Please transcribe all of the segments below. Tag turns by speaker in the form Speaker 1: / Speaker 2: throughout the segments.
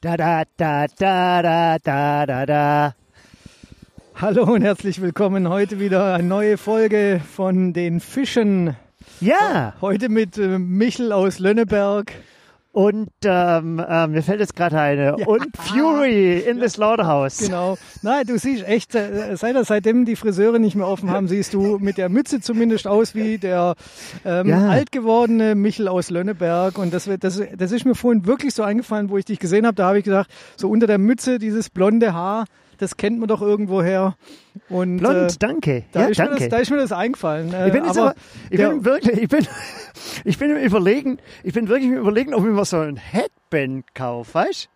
Speaker 1: Da, da, da, da, da, da, da, da.
Speaker 2: Hallo und herzlich willkommen heute wieder eine neue Folge von den Fischen.
Speaker 1: Ja,
Speaker 2: Heute mit äh, Michel aus Lönneberg.
Speaker 1: und ähm, äh, mir fällt jetzt gerade eine. Und Fury in the Slaughterhouse.
Speaker 2: Genau. Nein, du siehst echt, äh, seit, seitdem die Friseure nicht mehr offen haben, siehst du mit der Mütze zumindest aus wie der ähm,
Speaker 1: Ja.
Speaker 2: alt gewordene Michel aus Lönneberg. Und das, wird- das, das ist mir vorhin wirklich so eingefallen, wo ich dich gesehen habe. Da habe ich gesagt, so unter der Mütze dieses blonde Haar, das kennt man doch irgendwoher. Und,
Speaker 1: Blond,
Speaker 2: Äh,
Speaker 1: danke.
Speaker 2: da,
Speaker 1: ja,
Speaker 2: ist Mir
Speaker 1: danke.
Speaker 2: das, da ist mir das eingefallen. Äh,
Speaker 1: ich bin jetzt
Speaker 2: aber,
Speaker 1: aber, ich
Speaker 2: der-
Speaker 1: bin wirklich, ich bin, ich bin im Überlegen, ich bin wirklich im Überlegen, ob ich mir so ein Headband kaufe, weißt?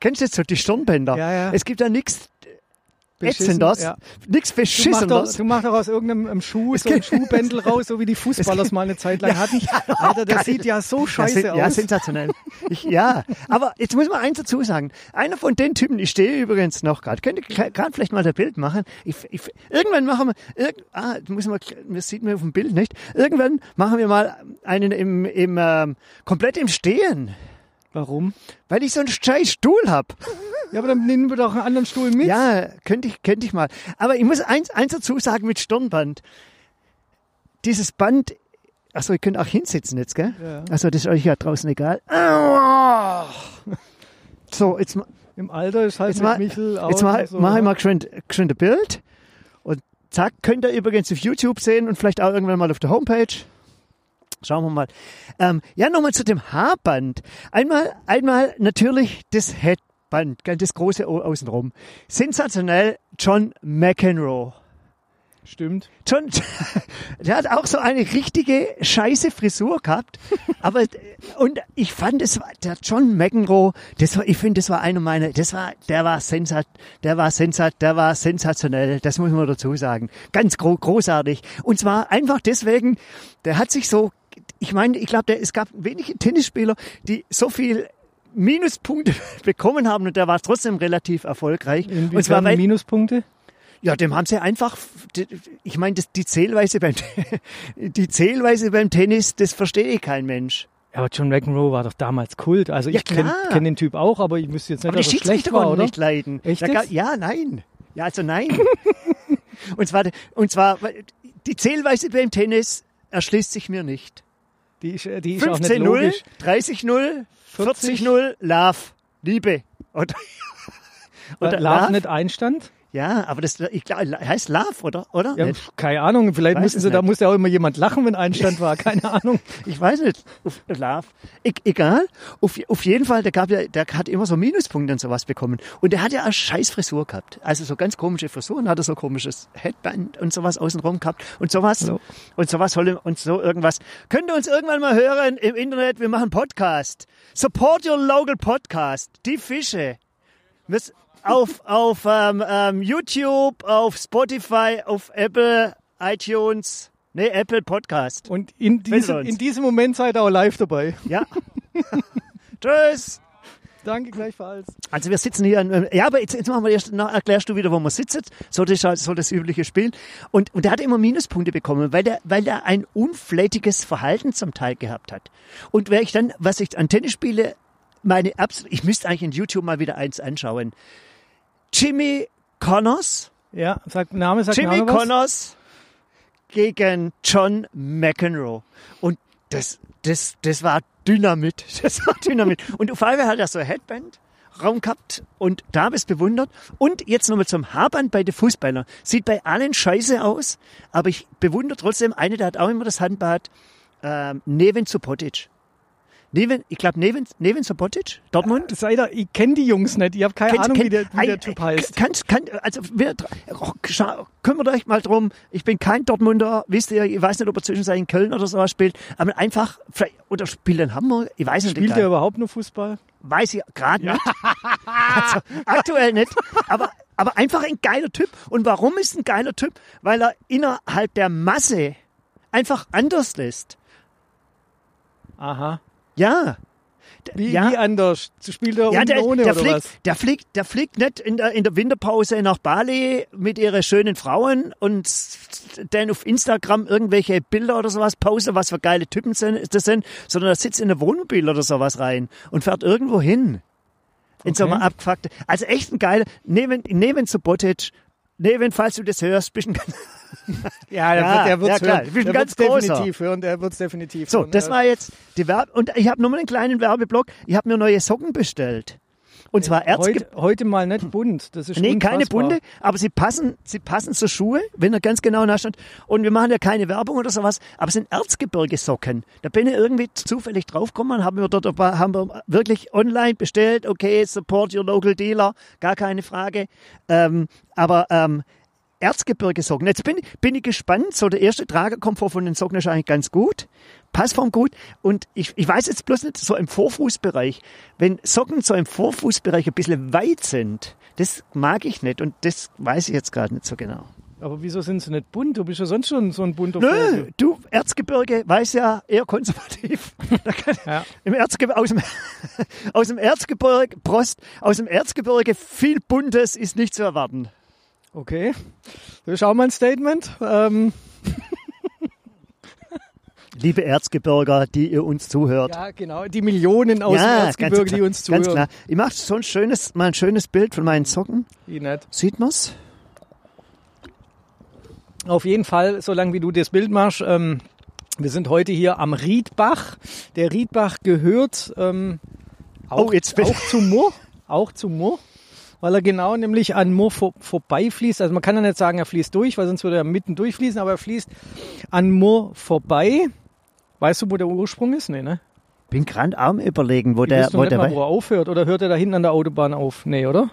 Speaker 1: Kennst du jetzt so die Stirnbänder?
Speaker 2: Ja, ja.
Speaker 1: Es gibt ja nichts
Speaker 2: Beschissen,
Speaker 1: Ätzendes,
Speaker 2: ja.
Speaker 1: nichts
Speaker 2: Du machst, doch,
Speaker 1: Beschissenes.
Speaker 2: du machst doch aus irgendeinem einem Schuh so ein
Speaker 1: gibt-
Speaker 2: Schuhbändel raus, so wie die Fußballer es mal eine Zeit lang hatten. Alter, das
Speaker 1: geil.
Speaker 2: sieht ja so
Speaker 1: Ja,
Speaker 2: scheiße
Speaker 1: sen- ja,
Speaker 2: aus.
Speaker 1: sensationell. Ich, ja, aber jetzt muss man eins dazu sagen. Einer von den Typen, ich stehe übrigens noch gerade, könnte gerade vielleicht mal das Bild machen. Ich, ich, irgendwann machen wir, irg, ah, das muss man, das sieht man auf dem Bild nicht. Irgendwann machen wir mal einen im, im ähm, komplett im Stehen,
Speaker 2: Warum?
Speaker 1: weil ich so einen scheiß Stuhl hab.
Speaker 2: Ja, aber dann nehmen wir doch einen anderen Stuhl mit.
Speaker 1: Ja, könnte ich, könnte ich mal. Aber ich muss eins, eins dazu sagen mit Stirnband. Dieses Band, achso, ihr könnt auch hinsitzen jetzt, gell?
Speaker 2: Ja.
Speaker 1: Also das ist euch ja draußen egal. Aua! So, jetzt, ma-
Speaker 2: Im Alter ist halt
Speaker 1: jetzt,
Speaker 2: mit
Speaker 1: ma,
Speaker 2: Michel auch
Speaker 1: jetzt ma,
Speaker 2: so,
Speaker 1: mach ich
Speaker 2: ne?
Speaker 1: mal geschwind, geschwind ein Bild. Und zack, könnt ihr übrigens auf YouTube sehen und vielleicht auch irgendwann mal auf der Homepage. Schauen wir mal. Ähm, ja, nochmal zu dem Haarband. Einmal, einmal natürlich das Headband, gell, das große Au- außenrum. Sensationell John McEnroe.
Speaker 2: Stimmt.
Speaker 1: John, der hat auch so eine richtige scheiße Frisur gehabt. Aber, und ich fand, es war, der John McEnroe, das war, ich finde, das war einer meiner, das war, der war sensat, der war sensat, der war sensationell. Das muss man dazu sagen. Ganz gro großartig. Und zwar einfach deswegen, der hat sich so, ich meine, ich glaube, der- es gab wenige Tennisspieler, die so viel Minuspunkte bekommen haben und der war trotzdem relativ erfolgreich. und zwar,
Speaker 2: Inwiefern
Speaker 1: weil,
Speaker 2: Minuspunkte?
Speaker 1: ja, dem haben sie einfach, ich meine, das- die Zählweise beim, die Zählweise beim Tennis, das verstehe kein Mensch.
Speaker 2: Ja, aber John McEnroe war doch damals Kult. Also
Speaker 1: Ja,
Speaker 2: ich kenne
Speaker 1: klar.
Speaker 2: kenn den Typ auch, aber ich wüsste jetzt nicht,
Speaker 1: Aber die
Speaker 2: dass er
Speaker 1: Schiedsrichter
Speaker 2: schlecht war,
Speaker 1: konnten
Speaker 2: oder?
Speaker 1: nicht leiden.
Speaker 2: Echt
Speaker 1: Da ga-
Speaker 2: jetzt?
Speaker 1: ja, nein. Ja, also nein. und zwar, und zwar, die Zählweise beim Tennis erschließt sich mir nicht.
Speaker 2: Die ist, äh, die ist auch nicht
Speaker 1: 15-0,
Speaker 2: logisch.
Speaker 1: 30-0,
Speaker 2: 40.
Speaker 1: 40-0, Love, Liebe. Und,
Speaker 2: Oder
Speaker 1: oder
Speaker 2: Love
Speaker 1: Love?
Speaker 2: nicht Einstand?
Speaker 1: ja, aber das, ich glaube, heißt Love, oder? Oder?
Speaker 2: Ja,
Speaker 1: Nicht?
Speaker 2: pf, keine Ahnung. Vielleicht
Speaker 1: Weiß
Speaker 2: mussten
Speaker 1: es
Speaker 2: sie, da
Speaker 1: nicht.
Speaker 2: musste auch immer jemand lachen, wenn Einstand war. Keine Ahnung.
Speaker 1: Ich weiß nicht. Auf, Love. E egal. Auf, auf jeden Fall, der, gab ja, der hat immer so Minuspunkte und sowas bekommen. Und der hat ja eine scheiß Frisur gehabt. Also so ganz komische Frisuren hat er so komisches Headband und sowas außenrum gehabt. Und sowas.
Speaker 2: Hallo.
Speaker 1: Und sowas soll und so irgendwas. Könnt ihr uns irgendwann mal hören im Internet? Wir machen Podcast. Support your local podcast. Die Fische. Wir's Auf, auf ähm, ähm, YouTube, auf Spotify, auf Apple, iTunes. Nee, Apple Podcast.
Speaker 2: Und in, diesem
Speaker 1: uns.
Speaker 2: in diesem Moment seid ihr auch live dabei.
Speaker 1: Ja. Tschüss.
Speaker 2: Danke gleichfalls.
Speaker 1: Also wir sitzen hier, in, ja, aber jetzt, jetzt machen wir erst, na, erklärst du wieder, wo man sitzt. So das, halt, so das übliche Spiel. Und, und der hat immer Minuspunkte bekommen, weil der, weil der ein unflätiges Verhalten zum Teil gehabt hat. Und wäre ich dann, was ich an Tennis spiele, meine absolut, ich müsste eigentlich in YouTube mal wieder eins anschauen. Jimmy Connors,
Speaker 2: Ja, sagt Name, sagt
Speaker 1: Jimmy
Speaker 2: Name was?
Speaker 1: Connors gegen John McEnroe. Und das, das, das war Dynamit. Das war Dynamit. Und vor allem hat er so ein Headband Raum gehabt und da habe ich es bewundert. Und jetzt nochmal zum Haarband bei den Fußballern. Sieht bei allen scheiße aus, aber ich bewundere trotzdem eine, der hat auch immer das Handbad, ähm, Neven Subotic. Neven, ich glaube Neven, Neven Subotic, Dortmund?
Speaker 2: Seid ihr, ich kenne die Jungs nicht. Ich habe keine
Speaker 1: Kennt-
Speaker 2: Ahnung, wie
Speaker 1: kennt-
Speaker 2: der, wie
Speaker 1: ein-
Speaker 2: der Typ heißt.
Speaker 1: Kannst, kann, also wir, oh, scha- kümmert euch mal drum. Ich bin kein Dortmunder, wisst ihr, ich weiß nicht, ob er zwischenzeitlich in Köln oder sowas spielt, aber einfach, vielleicht- oder spielt er in Hamburg, ich weiß nicht.
Speaker 2: Spielt
Speaker 1: egal.
Speaker 2: er überhaupt nur Fußball?
Speaker 1: Weiß ich gerade nicht. Also, aktuell nicht. Aber, aber einfach ein geiler Typ. Und warum ist ein geiler Typ? Weil er innerhalb der Masse einfach anders ist.
Speaker 2: Aha.
Speaker 1: Ja. D-
Speaker 2: Wie,
Speaker 1: ja.
Speaker 2: wie anders? Spielt er
Speaker 1: Ja,
Speaker 2: unten
Speaker 1: der,
Speaker 2: ohne
Speaker 1: der,
Speaker 2: oder
Speaker 1: fliegt,
Speaker 2: was?
Speaker 1: der fliegt, der fliegt nicht in der, in der Winterpause nach Bali mit ihren schönen Frauen und s- dann auf Instagram irgendwelche Bilder oder sowas posten, was für geile Typen sind, das sind, sondern er sitzt in einem Wohnmobil oder sowas rein und fährt irgendwo hin. in so einem
Speaker 2: Okay.
Speaker 1: abgefuckten. Also echt ein geiler. Neben, neben Subotic, neben, falls du das hörst, bist ein
Speaker 2: Ja,
Speaker 1: Ja,
Speaker 2: der, wird, der wird's
Speaker 1: ja, klar.
Speaker 2: hören.
Speaker 1: Ich bin
Speaker 2: der
Speaker 1: ganz
Speaker 2: wird's
Speaker 1: großer.
Speaker 2: definitiv hören. Der wird's definitiv
Speaker 1: So,
Speaker 2: hören.
Speaker 1: das
Speaker 2: Äh,
Speaker 1: war jetzt die Werbe. Und ich habe nochmal einen kleinen Werbeblock. Ich habe mir neue Socken bestellt. Und zwar Erzge
Speaker 2: Äh, heute, heute mal nicht bunt. Das ist
Speaker 1: Hm. Nee,
Speaker 2: unfassbar.
Speaker 1: keine Bunde, aber sie passen, sie passen zur Schuhe, wenn er ganz genau nachschaut. Und wir machen ja keine Werbung oder sowas, aber es sind Erzgebirgesocken. Da bin ich irgendwie zufällig draufgekommen und haben wir dort ein paar- haben wir wirklich online bestellt. Okay, support your local dealer, gar keine Frage. Ähm, aber ähm, Erzgebirgesocken. Jetzt bin, bin ich gespannt. So, der erste Tragekomfort von den Socken ist eigentlich ganz gut. Passform gut. Und ich, ich weiß jetzt bloß nicht, so im Vorfußbereich, wenn Socken so im Vorfußbereich ein bisschen weit sind, das mag ich nicht. Und das weiß ich jetzt gerade nicht so genau.
Speaker 2: Aber wieso sind sie nicht bunt? Du bist ja sonst schon so ein bunter
Speaker 1: Nö,
Speaker 2: Vogel.
Speaker 1: du, Erzgebirge, weiß ja, eher konservativ. Da kann,
Speaker 2: Ja.
Speaker 1: im Erzgebirge, aus dem, aus dem Erzgebirge, Prost, aus dem Erzgebirge viel Buntes ist nicht zu erwarten.
Speaker 2: Okay. Das ist auch mal ein Statement. Ähm,
Speaker 1: Liebe Erzgebirger, die ihr uns zuhört.
Speaker 2: ja, genau. Die Millionen aus dem Erzgebirge, die uns
Speaker 1: klar,
Speaker 2: zuhören.
Speaker 1: Ganz klar. Ich mache so ein schönes, mal ein schönes Bild von meinen Socken.
Speaker 2: Die nicht.
Speaker 1: Sieht man's?
Speaker 2: Auf jeden Fall, solange wie du das Bild machst, ähm, wir sind heute hier am Riedbach. Der Riedbach gehört ähm, auch,
Speaker 1: Oh, jetzt bin-
Speaker 2: auch zu Moor, auch zu Moor, weil er genau nämlich an Moor vor, vorbeifließt. Also man kann ja nicht sagen, er fließt durch, weil sonst würde er mitten durchfließen, aber er fließt an Moor vorbei. Weißt du, wo der Ursprung ist? Nee, ne?
Speaker 1: Bin gerade am überlegen, wo
Speaker 2: Du
Speaker 1: der,
Speaker 2: weißt doch
Speaker 1: wo
Speaker 2: nicht
Speaker 1: der
Speaker 2: mal, wo er aufhört oder hört er da hinten an der Autobahn auf? Nee, oder?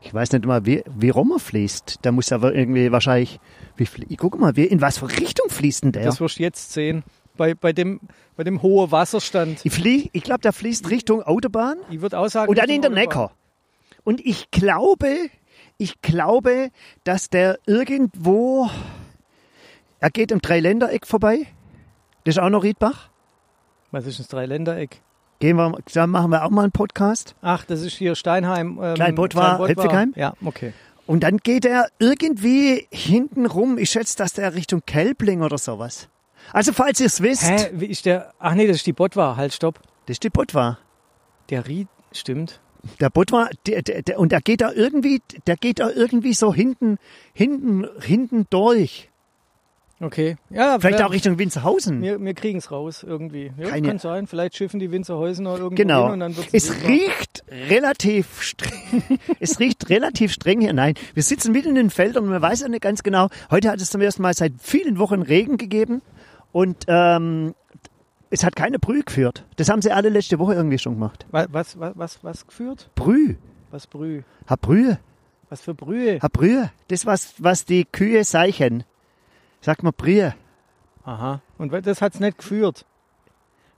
Speaker 1: Ich weiß nicht mal, wie, wie rum er fließt. Da muss aber irgendwie wahrscheinlich. Wie, flie- ich gucke mal, wie, in was für Richtung fließt denn der?
Speaker 2: Das wirst du jetzt sehen. Bei, bei, dem, bei dem hohen Wasserstand.
Speaker 1: Ich, flie- ich glaube, der fließt Richtung Autobahn
Speaker 2: Ich würde auch sagen,
Speaker 1: und dann in
Speaker 2: Richtung
Speaker 1: der
Speaker 2: Autobahn.
Speaker 1: Neckar. Und ich glaube, ich glaube, dass der irgendwo. Er geht im Dreiländereck vorbei. Das ist auch noch Riedbach.
Speaker 2: Was ist das Dreiländereck?
Speaker 1: Gehen wir, dann machen wir auch mal einen Podcast.
Speaker 2: Ach, das ist hier Steinheim. Ähm,
Speaker 1: Kleinbottwar,
Speaker 2: Kleinbottwar.
Speaker 1: Hüpfigheim?
Speaker 2: Ja, okay.
Speaker 1: Und dann geht er irgendwie hinten rum. Ich schätze, dass der Richtung Kelbling oder sowas. Also, falls ihr es wisst,
Speaker 2: Hä, wie ist der? Ach nee, das ist die Bottwar. Halt, stopp.
Speaker 1: das ist die Butwa.
Speaker 2: Der Ried, stimmt.
Speaker 1: Der Butwa, der, der, der, und der geht da irgendwie, der geht da irgendwie so hinten, hinten, hinten durch.
Speaker 2: Okay. Ja,
Speaker 1: Vielleicht
Speaker 2: wir,
Speaker 1: auch Richtung Winzerhausen.
Speaker 2: Wir, wir kriegen es raus irgendwie. Ja,
Speaker 1: Keine-
Speaker 2: kann sein. Vielleicht schiffen die Winzerhäuser noch irgendwo hin
Speaker 1: Genau.
Speaker 2: und dann wird's ein
Speaker 1: Es
Speaker 2: Riedbach.
Speaker 1: riecht relativ streng. es riecht relativ streng hier. Nein, wir sitzen mitten in den Feldern und man weiß ja nicht ganz genau. Heute hat es zum ersten Mal seit vielen Wochen Regen gegeben und ähm, es hat keine Brühe geführt. Das haben sie alle letzte Woche irgendwie schon gemacht.
Speaker 2: Wa- Was, was, was, was geführt?
Speaker 1: Brühe.
Speaker 2: Was Brühe?
Speaker 1: Hab Brühe.
Speaker 2: Was für Brühe?
Speaker 1: Hab Brühe. Das, was, was die Kühe seichen. Sagt man Brühe.
Speaker 2: Aha. Und wa- das hat's nicht geführt.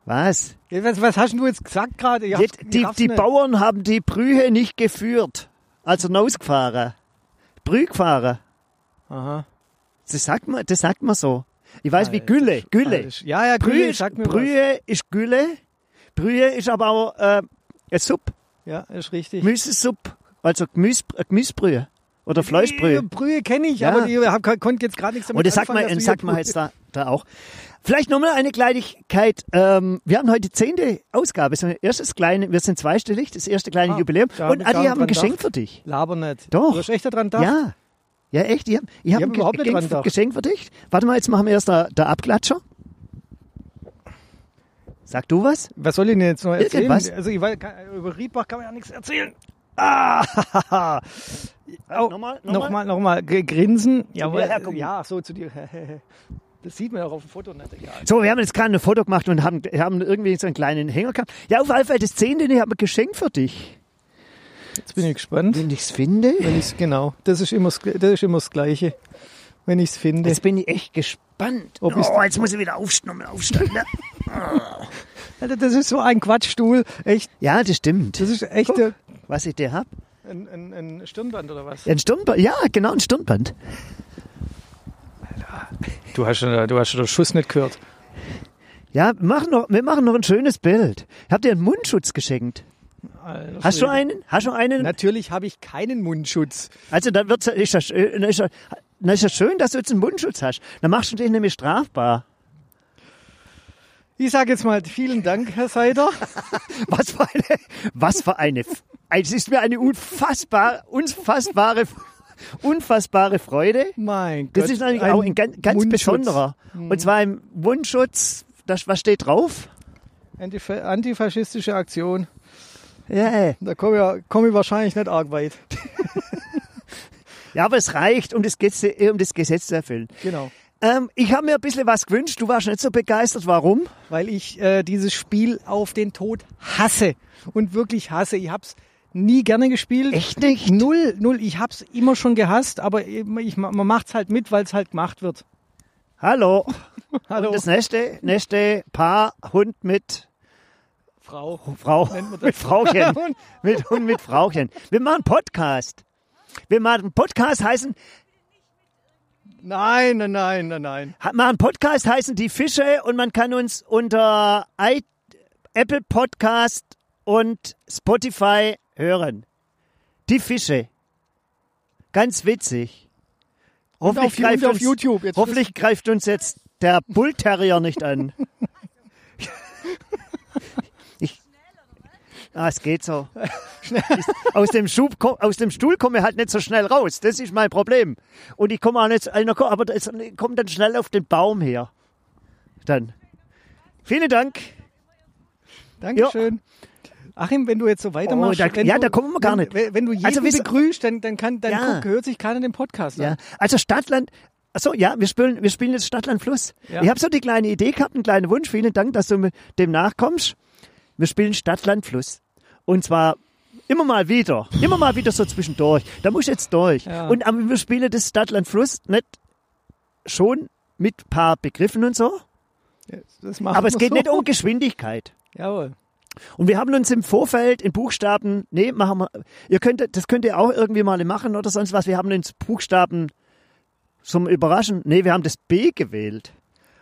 Speaker 1: Was?
Speaker 2: Ja, Was, was hast denn du jetzt gesagt gerade? Ich hab's-
Speaker 1: die,
Speaker 2: ich
Speaker 1: die,
Speaker 2: raff's
Speaker 1: die
Speaker 2: nicht.
Speaker 1: Bauern haben die Brühe nicht geführt. Also rausgefahren. Brühe gefahren.
Speaker 2: Aha.
Speaker 1: Das sagt man, das sagt man so. Ich weiß wie
Speaker 2: Alter,
Speaker 1: Gülle, Gülle.
Speaker 2: Alles- Ja, ja,
Speaker 1: Brühe,
Speaker 2: ah, Gülle,
Speaker 1: ist-
Speaker 2: sag mir was.
Speaker 1: Brühe ist Gülle. Brühe ist aber auch äh, eine Suppe,
Speaker 2: Ja, ist richtig.
Speaker 1: Gemüsesuppe, also Gemüse, äh, Gemüsebrühe oder
Speaker 2: Brühe,
Speaker 1: Fleischbrühe.
Speaker 2: Brühe kenne ich,
Speaker 1: Ja.
Speaker 2: aber die hab, konnte jetzt gerade nichts damit
Speaker 1: Und das sagt
Speaker 2: anfangen.
Speaker 1: man, das
Speaker 2: dass du
Speaker 1: sagt
Speaker 2: hier
Speaker 1: man
Speaker 2: Brühe-
Speaker 1: jetzt da, da auch. Vielleicht nochmal eine Kleinigkeit. Ähm, wir haben heute zehnte Ausgabe. So ein erstes kleine, wir sind zweistellig, das erste kleine
Speaker 2: Ah,
Speaker 1: Jubiläum.
Speaker 2: da hab
Speaker 1: Und
Speaker 2: ich
Speaker 1: Adi
Speaker 2: gar
Speaker 1: haben ein
Speaker 2: nicht dran
Speaker 1: Geschenk
Speaker 2: gedacht.
Speaker 1: für dich.
Speaker 2: Laber nicht.
Speaker 1: Doch.
Speaker 2: Du hast echt daran gedacht?
Speaker 1: Ja. Ja, echt? Ich habe ich hab
Speaker 2: hab
Speaker 1: ein
Speaker 2: überhaupt nicht dran
Speaker 1: Geschenk,
Speaker 2: gedacht.
Speaker 1: Geschenk für dich. Warte mal, jetzt machen wir erst der, der Abklatscher. Sag du was?
Speaker 2: Was soll ich denn jetzt noch erzählen?
Speaker 1: Irgendwas.
Speaker 2: Also ich weiß, kann, über Riedbach kann man ja nichts erzählen. Ah,
Speaker 1: nochmal,
Speaker 2: oh,
Speaker 1: nochmal?
Speaker 2: nochmal, nochmal, Gr- grinsen. Jawohl.
Speaker 1: her gucken.
Speaker 2: ja, so zu dir. Das sieht man auch auf dem Foto nicht. Egal.
Speaker 1: So, wir haben jetzt gerade ein Foto gemacht und haben, haben irgendwie so einen kleinen Hänger gehabt. Ja, auf alle Fälle das Zehnte, ich habe ein Geschenk für dich.
Speaker 2: Jetzt bin ich gespannt.
Speaker 1: Wenn ich es finde.
Speaker 2: Wenn ich's, genau, das ist, immer, das das ist immer das Gleiche, wenn ich es finde.
Speaker 1: Jetzt bin ich echt gespannt.
Speaker 2: Ob ich's-
Speaker 1: Oh, jetzt muss ich wieder aufstehen, nochmal aufstehen. ne?
Speaker 2: Alter, Also das ist so ein Quatschstuhl. Echt,
Speaker 1: ja, das stimmt.
Speaker 2: das ist echt
Speaker 1: Guck.
Speaker 2: äh,
Speaker 1: Was ich dir hab?
Speaker 2: ein, ein, ein Stirnband oder was?
Speaker 1: Ein Stirnband. Ja, genau, ein Stirnband.
Speaker 2: Du hast schon, du hast schon den Schuss nicht gehört.
Speaker 1: Ja, wir machen noch, wir machen noch ein schönes Bild. Ich hab dir einen Mundschutz geschenkt.
Speaker 2: Alter
Speaker 1: Hast du
Speaker 2: Schwede.
Speaker 1: einen? Hast du einen?
Speaker 2: Also, Natürlich habe ich keinen Mundschutz.
Speaker 1: Also dann wird's, ist ja, schö- dann ist ja, dann ist ja schön, dass du jetzt einen Mundschutz hast. Dann machst du dich nämlich strafbar.
Speaker 2: Ich sage jetzt mal vielen Dank, Herr Seider.
Speaker 1: Was für eine, was für eine, es ist mir eine unfassbar, unfassbare, unfassbare Freude.
Speaker 2: Mein Gott.
Speaker 1: Das ist eigentlich auch ein ganz, ganz
Speaker 2: Mundschutz. Mhm.
Speaker 1: besonderer. Und zwar im Mundschutz, das, was steht drauf?
Speaker 2: Antifa antifaschistische Aktion.
Speaker 1: Yeah.
Speaker 2: Da komme ich, ja- komme ich wahrscheinlich nicht arg weit.
Speaker 1: Ja, aber es reicht, um das, Gesetz- um das Gesetz zu erfüllen.
Speaker 2: Genau.
Speaker 1: Ähm, ich habe mir ein bisschen was gewünscht. Du warst nicht so begeistert. Warum?
Speaker 2: Weil ich äh, dieses Spiel auf den Tod hasse. Und wirklich hasse. Ich hab's nie gerne gespielt.
Speaker 1: Echt nicht?
Speaker 2: Null, null. Ich hab's immer schon gehasst, aber eben, ich, ma- man macht's halt mit, weil's halt gemacht wird.
Speaker 1: Hallo.
Speaker 2: Hallo,
Speaker 1: Das nächste, nächste Paar Hund mit
Speaker 2: Frau.
Speaker 1: Frau,
Speaker 2: Nennt man das?
Speaker 1: mit Frauchen.
Speaker 2: Und-
Speaker 1: mit Hund mit Frauchen. Wir machen Podcast. Wir machen Podcast heißen,
Speaker 2: Nein, nein, nein, nein, nein.
Speaker 1: ha- machen Podcast heißen die Fische und man kann uns unter i- Apple Podcast und Spotify hören. Die Fische. Ganz witzig. Hoffentlich,
Speaker 2: auf- und
Speaker 1: greift,
Speaker 2: auf
Speaker 1: uns,
Speaker 2: YouTube. Jetzt
Speaker 1: hoffentlich greift uns jetzt der Bullterrier nicht an. Ich, ah, es geht so. Aus dem, Schub, ko- aus dem Stuhl komme ich halt nicht so schnell raus. Das ist mein Problem. Und ich komme auch nicht, einer ko- aber es kommt dann schnell auf den Baum her. Dann. Vielen Dank.
Speaker 2: Dankeschön. Achim, wenn du jetzt so weitermachst.
Speaker 1: Oh, da-
Speaker 2: wenn
Speaker 1: ja,
Speaker 2: du,
Speaker 1: da kommen wir gar
Speaker 2: wenn,
Speaker 1: nicht.
Speaker 2: Wenn, wenn du jeden
Speaker 1: Also, wieso-
Speaker 2: begrüßt, dann, dann, kann, dann
Speaker 1: Ja.
Speaker 2: guck, hört sich keiner den Podcast
Speaker 1: Ja.
Speaker 2: an.
Speaker 1: Also Stadtland. Achso, ja, wir spielen, wir spielen jetzt Stadtland Fluss.
Speaker 2: Ja.
Speaker 1: Ich habe so die kleine Idee gehabt, einen kleinen Wunsch. Vielen Dank, dass du mit dem nachkommst. Wir spielen Stadtland Fluss. Und zwar immer mal wieder. Immer mal wieder so zwischendurch. Da muss ich jetzt durch.
Speaker 2: Ja.
Speaker 1: Und aber wir spielen das Stadtland Fluss nicht schon mit paar Begriffen und so.
Speaker 2: Das machen
Speaker 1: Aber es
Speaker 2: wir
Speaker 1: geht
Speaker 2: so.
Speaker 1: nicht um Geschwindigkeit.
Speaker 2: Jawohl.
Speaker 1: Und wir haben uns im Vorfeld in Buchstaben, nee, machen wir, ihr könnt, das könnt ihr auch irgendwie mal machen oder sonst was. Wir haben uns Buchstaben zum Überraschen, nee, wir haben das B gewählt.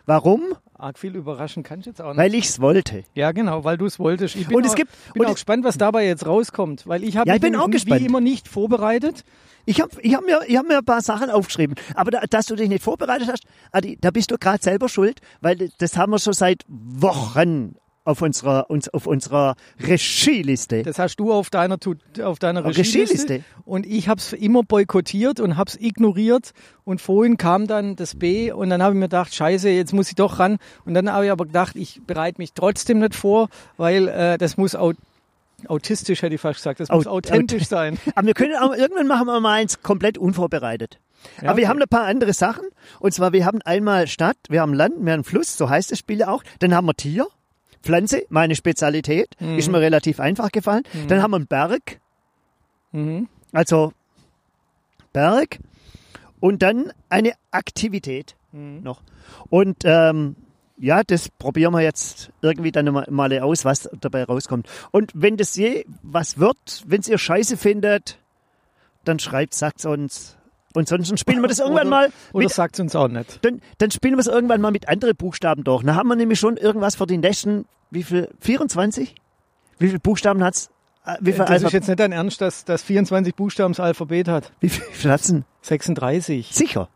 Speaker 1: Warum?
Speaker 2: Arg viel überraschen kann ich jetzt auch nicht.
Speaker 1: Weil ich's wollte.
Speaker 2: ja, genau, weil du es wolltest. Ich bin
Speaker 1: Und es
Speaker 2: auch,
Speaker 1: gibt-
Speaker 2: bin
Speaker 1: und
Speaker 2: auch
Speaker 1: es-
Speaker 2: gespannt, was dabei jetzt rauskommt, weil ich habe
Speaker 1: Ja, ich bin
Speaker 2: mich nämlich
Speaker 1: auch gespannt.
Speaker 2: wie immer nicht vorbereitet.
Speaker 1: Ich habe ich hab mir, ich hab mir ein paar Sachen aufgeschrieben, aber da, dass du dich nicht vorbereitet hast, Adi, da bist du gerade selber schuld, weil das haben wir schon seit Wochen auf unserer, uns, auf unserer Regieliste.
Speaker 2: Das hast du auf deiner Tu- auf deiner
Speaker 1: Auf Regieliste.
Speaker 2: Regieliste und ich habe es immer boykottiert und habe es ignoriert und vorhin kam dann das B und dann habe ich mir gedacht, scheiße, jetzt muss ich doch ran und dann habe ich aber gedacht, ich bereite mich trotzdem nicht vor, weil äh, das muss au autistisch hätte ich fast gesagt, das muss
Speaker 1: Aut-
Speaker 2: authentisch sein.
Speaker 1: Aber wir können auch, irgendwann machen wir mal eins komplett unvorbereitet.
Speaker 2: Ja,
Speaker 1: Aber wir
Speaker 2: okay.
Speaker 1: haben ein paar andere Sachen. Und zwar, wir haben einmal Stadt, wir haben Land, wir haben Fluss, so heißt das Spiel ja auch. Dann haben wir Tier, Pflanze, meine Spezialität, ist mir relativ einfach gefallen. Dann haben wir einen Berg,
Speaker 2: Mhm.
Speaker 1: also Berg. Und dann eine Aktivität
Speaker 2: Mhm.
Speaker 1: noch. Und ähm, ja, das probieren wir jetzt irgendwie dann mal, mal aus, was dabei rauskommt. Und wenn das je was wird, wenn ihr Scheiße findet, dann schreibt, sagt's uns. Und sonst spielen wir das irgendwann
Speaker 2: oder,
Speaker 1: mal
Speaker 2: oder
Speaker 1: mit,
Speaker 2: sagt uns auch nicht.
Speaker 1: dann, dann spielen wir es irgendwann mal mit anderen Buchstaben durch. Dann haben wir nämlich schon irgendwas für die nächsten, wie viel, 24? Wie viele Buchstaben hat's? Äh, Wie viel,
Speaker 2: Das ist
Speaker 1: Alpha,
Speaker 2: jetzt nicht dein Ernst, dass das 24 Buchstaben das Alphabet hat.
Speaker 1: wie viel hat's denn?
Speaker 2: 36.
Speaker 1: Sicher.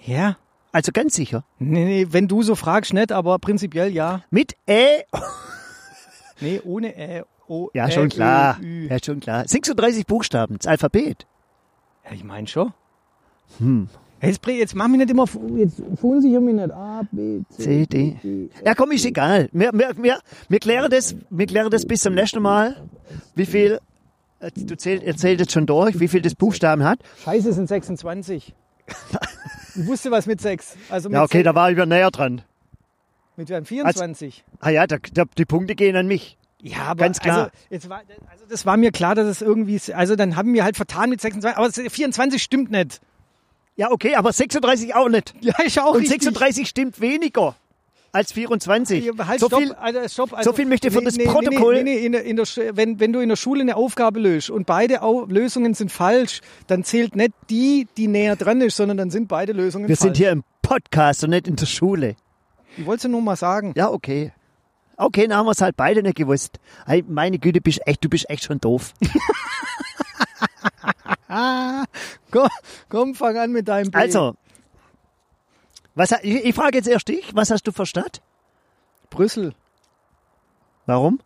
Speaker 2: Ja.
Speaker 1: Also ganz sicher.
Speaker 2: Nee, nee, wenn du so fragst, nicht, aber prinzipiell ja.
Speaker 1: Mit Ä
Speaker 2: Nee, ohne Ä, O,
Speaker 1: Ja,
Speaker 2: Ä,
Speaker 1: schon klar.
Speaker 2: Ö, Ü.
Speaker 1: Ja, schon klar. 36 Buchstaben, das Alphabet.
Speaker 2: Ja, ich meine schon. Hm. Jetzt, prä- jetzt mach mich nicht immer, fu- jetzt verunsicher mich nicht. A, B,
Speaker 1: C, D.
Speaker 2: E,
Speaker 1: Ja, komm, ist egal. Wir, wir, wir, wir, klären, das, wir klären das bis zum nächsten Mal, wie viel, äh, du zählt, ihr zählt jetzt schon durch, wie viel das Buchstaben hat.
Speaker 2: Scheiße, es sind 26. ich wusste was mit 6. Also mit,
Speaker 1: Ja, okay,
Speaker 2: sech-
Speaker 1: da war ich wieder näher dran.
Speaker 2: mit einem 24.
Speaker 1: Ah ja, da, da, die Punkte gehen an mich.
Speaker 2: ja, aber
Speaker 1: ganz klar.
Speaker 2: Also, jetzt war, also das war mir klar, dass es irgendwie, also dann haben wir halt vertan mit 26, aber es- 24 stimmt nicht.
Speaker 1: Ja, okay, aber 36 auch nicht.
Speaker 2: Ja, ich auch
Speaker 1: Und
Speaker 2: richtig.
Speaker 1: 36 stimmt weniger als 24.
Speaker 2: Ja, Halt,
Speaker 1: so
Speaker 2: stopp,
Speaker 1: viel,
Speaker 2: also, stopp, also,
Speaker 1: so viel möchte ich für das Protokoll.
Speaker 2: Nee, nee, nee, in der, in der, Sch- wenn, wenn du in der Schule eine Aufgabe löst und beide Au Lösungen sind falsch, dann zählt nicht die, die näher dran ist, sondern dann sind beide Lösungen
Speaker 1: wir sind
Speaker 2: falsch.
Speaker 1: hier im Podcast und nicht in der Schule.
Speaker 2: Ich wollte es nur mal sagen.
Speaker 1: Ja, okay. Okay, dann haben wir es halt beide nicht gewusst. Ey, Meine Güte, bist echt, du bist echt schon doof.
Speaker 2: Komm, komm fang an mit deinem B.
Speaker 1: Also, was, ha- ich, ich frage jetzt erst dich, was hast du für Stadt?
Speaker 2: Brüssel.
Speaker 1: Warum?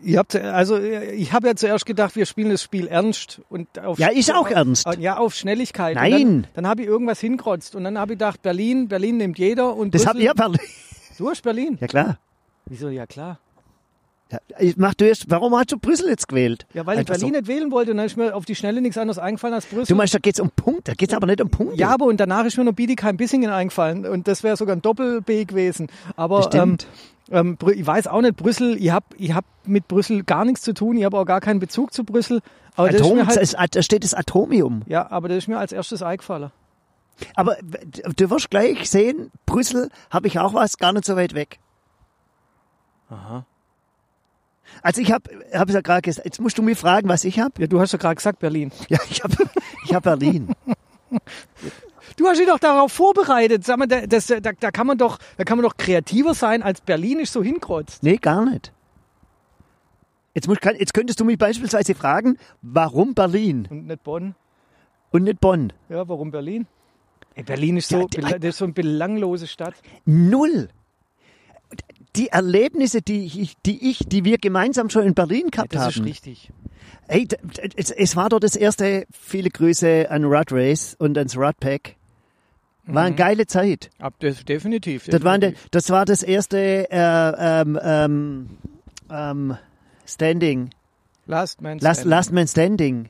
Speaker 2: Ihr habt, also ich habe ja zuerst gedacht, wir spielen das Spiel ernst und auf
Speaker 1: Ja, ist auch
Speaker 2: auf,
Speaker 1: ernst.
Speaker 2: Ja, auf Schnelligkeit. Und
Speaker 1: Nein.
Speaker 2: dann dann habe ich irgendwas hinkrotzt und dann habe ich gedacht, Berlin, Berlin nimmt jeder und
Speaker 1: Das habt
Speaker 2: Brüssel,
Speaker 1: ihr Berlin.
Speaker 2: du hast Berlin.
Speaker 1: Ja klar.
Speaker 2: Wieso? Ja klar.
Speaker 1: Ja, ich mach du erst, warum hast du Brüssel jetzt gewählt?
Speaker 2: Ja, weil
Speaker 1: Einfach
Speaker 2: ich Berlin nicht wählen wollte und dann ist mir auf die Schnelle nichts anderes eingefallen als
Speaker 1: So. Du
Speaker 2: Brüssel.
Speaker 1: meinst, da geht's um Punkte, da geht's aber nicht um Punkte.
Speaker 2: ja, aber und danach ist mir noch Bietigheim-Bissingen eingefallen und das wäre sogar ein Doppel-B gewesen. Aber ähm,
Speaker 1: Bestimmt.
Speaker 2: ähm, Brü- ich weiß auch nicht, Brüssel, ich hab, ich hab mit Brüssel gar nichts zu tun, ich habe auch gar keinen Bezug zu Brüssel. Aber das ist
Speaker 1: Atom,
Speaker 2: mir halt,
Speaker 1: es- da steht das Atomium.
Speaker 2: ja, aber das ist mir als erstes eingefallen.
Speaker 1: Aber w- du wirst gleich sehen, Brüssel habe ich auch was, gar nicht so weit weg. Aha. Also ich habe, habe es ja gerade gesagt, jetzt musst du mich fragen, was ich habe.
Speaker 2: Ja, du hast ja gerade gesagt, Berlin.
Speaker 1: Ja, ich habe ich hab Berlin.
Speaker 2: Du hast dich doch darauf vorbereitet. Sag mal, da, das, da, da, kann man doch, da kann man doch kreativer sein, als Berlin ist so hinkreuzt.
Speaker 1: Nee, gar nicht. Jetzt, muss, jetzt könntest du mich beispielsweise fragen, warum Berlin
Speaker 2: Und nicht Bonn.
Speaker 1: und nicht Bonn?
Speaker 2: Ja, warum Berlin? Ey, Berlin ist so,
Speaker 1: Ja, die-
Speaker 2: bela- das ist so eine belanglose Stadt.
Speaker 1: Null. Die Erlebnisse, die ich, die ich, die wir gemeinsam schon in Berlin gehabt
Speaker 2: Das ist
Speaker 1: haben.
Speaker 2: richtig.
Speaker 1: Hey, d- d- es, es war doch das erste, viele Grüße an Rud Race und ans Rud Pack. War eine geile Zeit.
Speaker 2: Ab, das, Mhm. definitiv.
Speaker 1: Das, waren de, das war das erste äh, ähm, ähm, ähm, Standing,
Speaker 2: Last Man
Speaker 1: Last,
Speaker 2: Standing.
Speaker 1: Last Man Standing.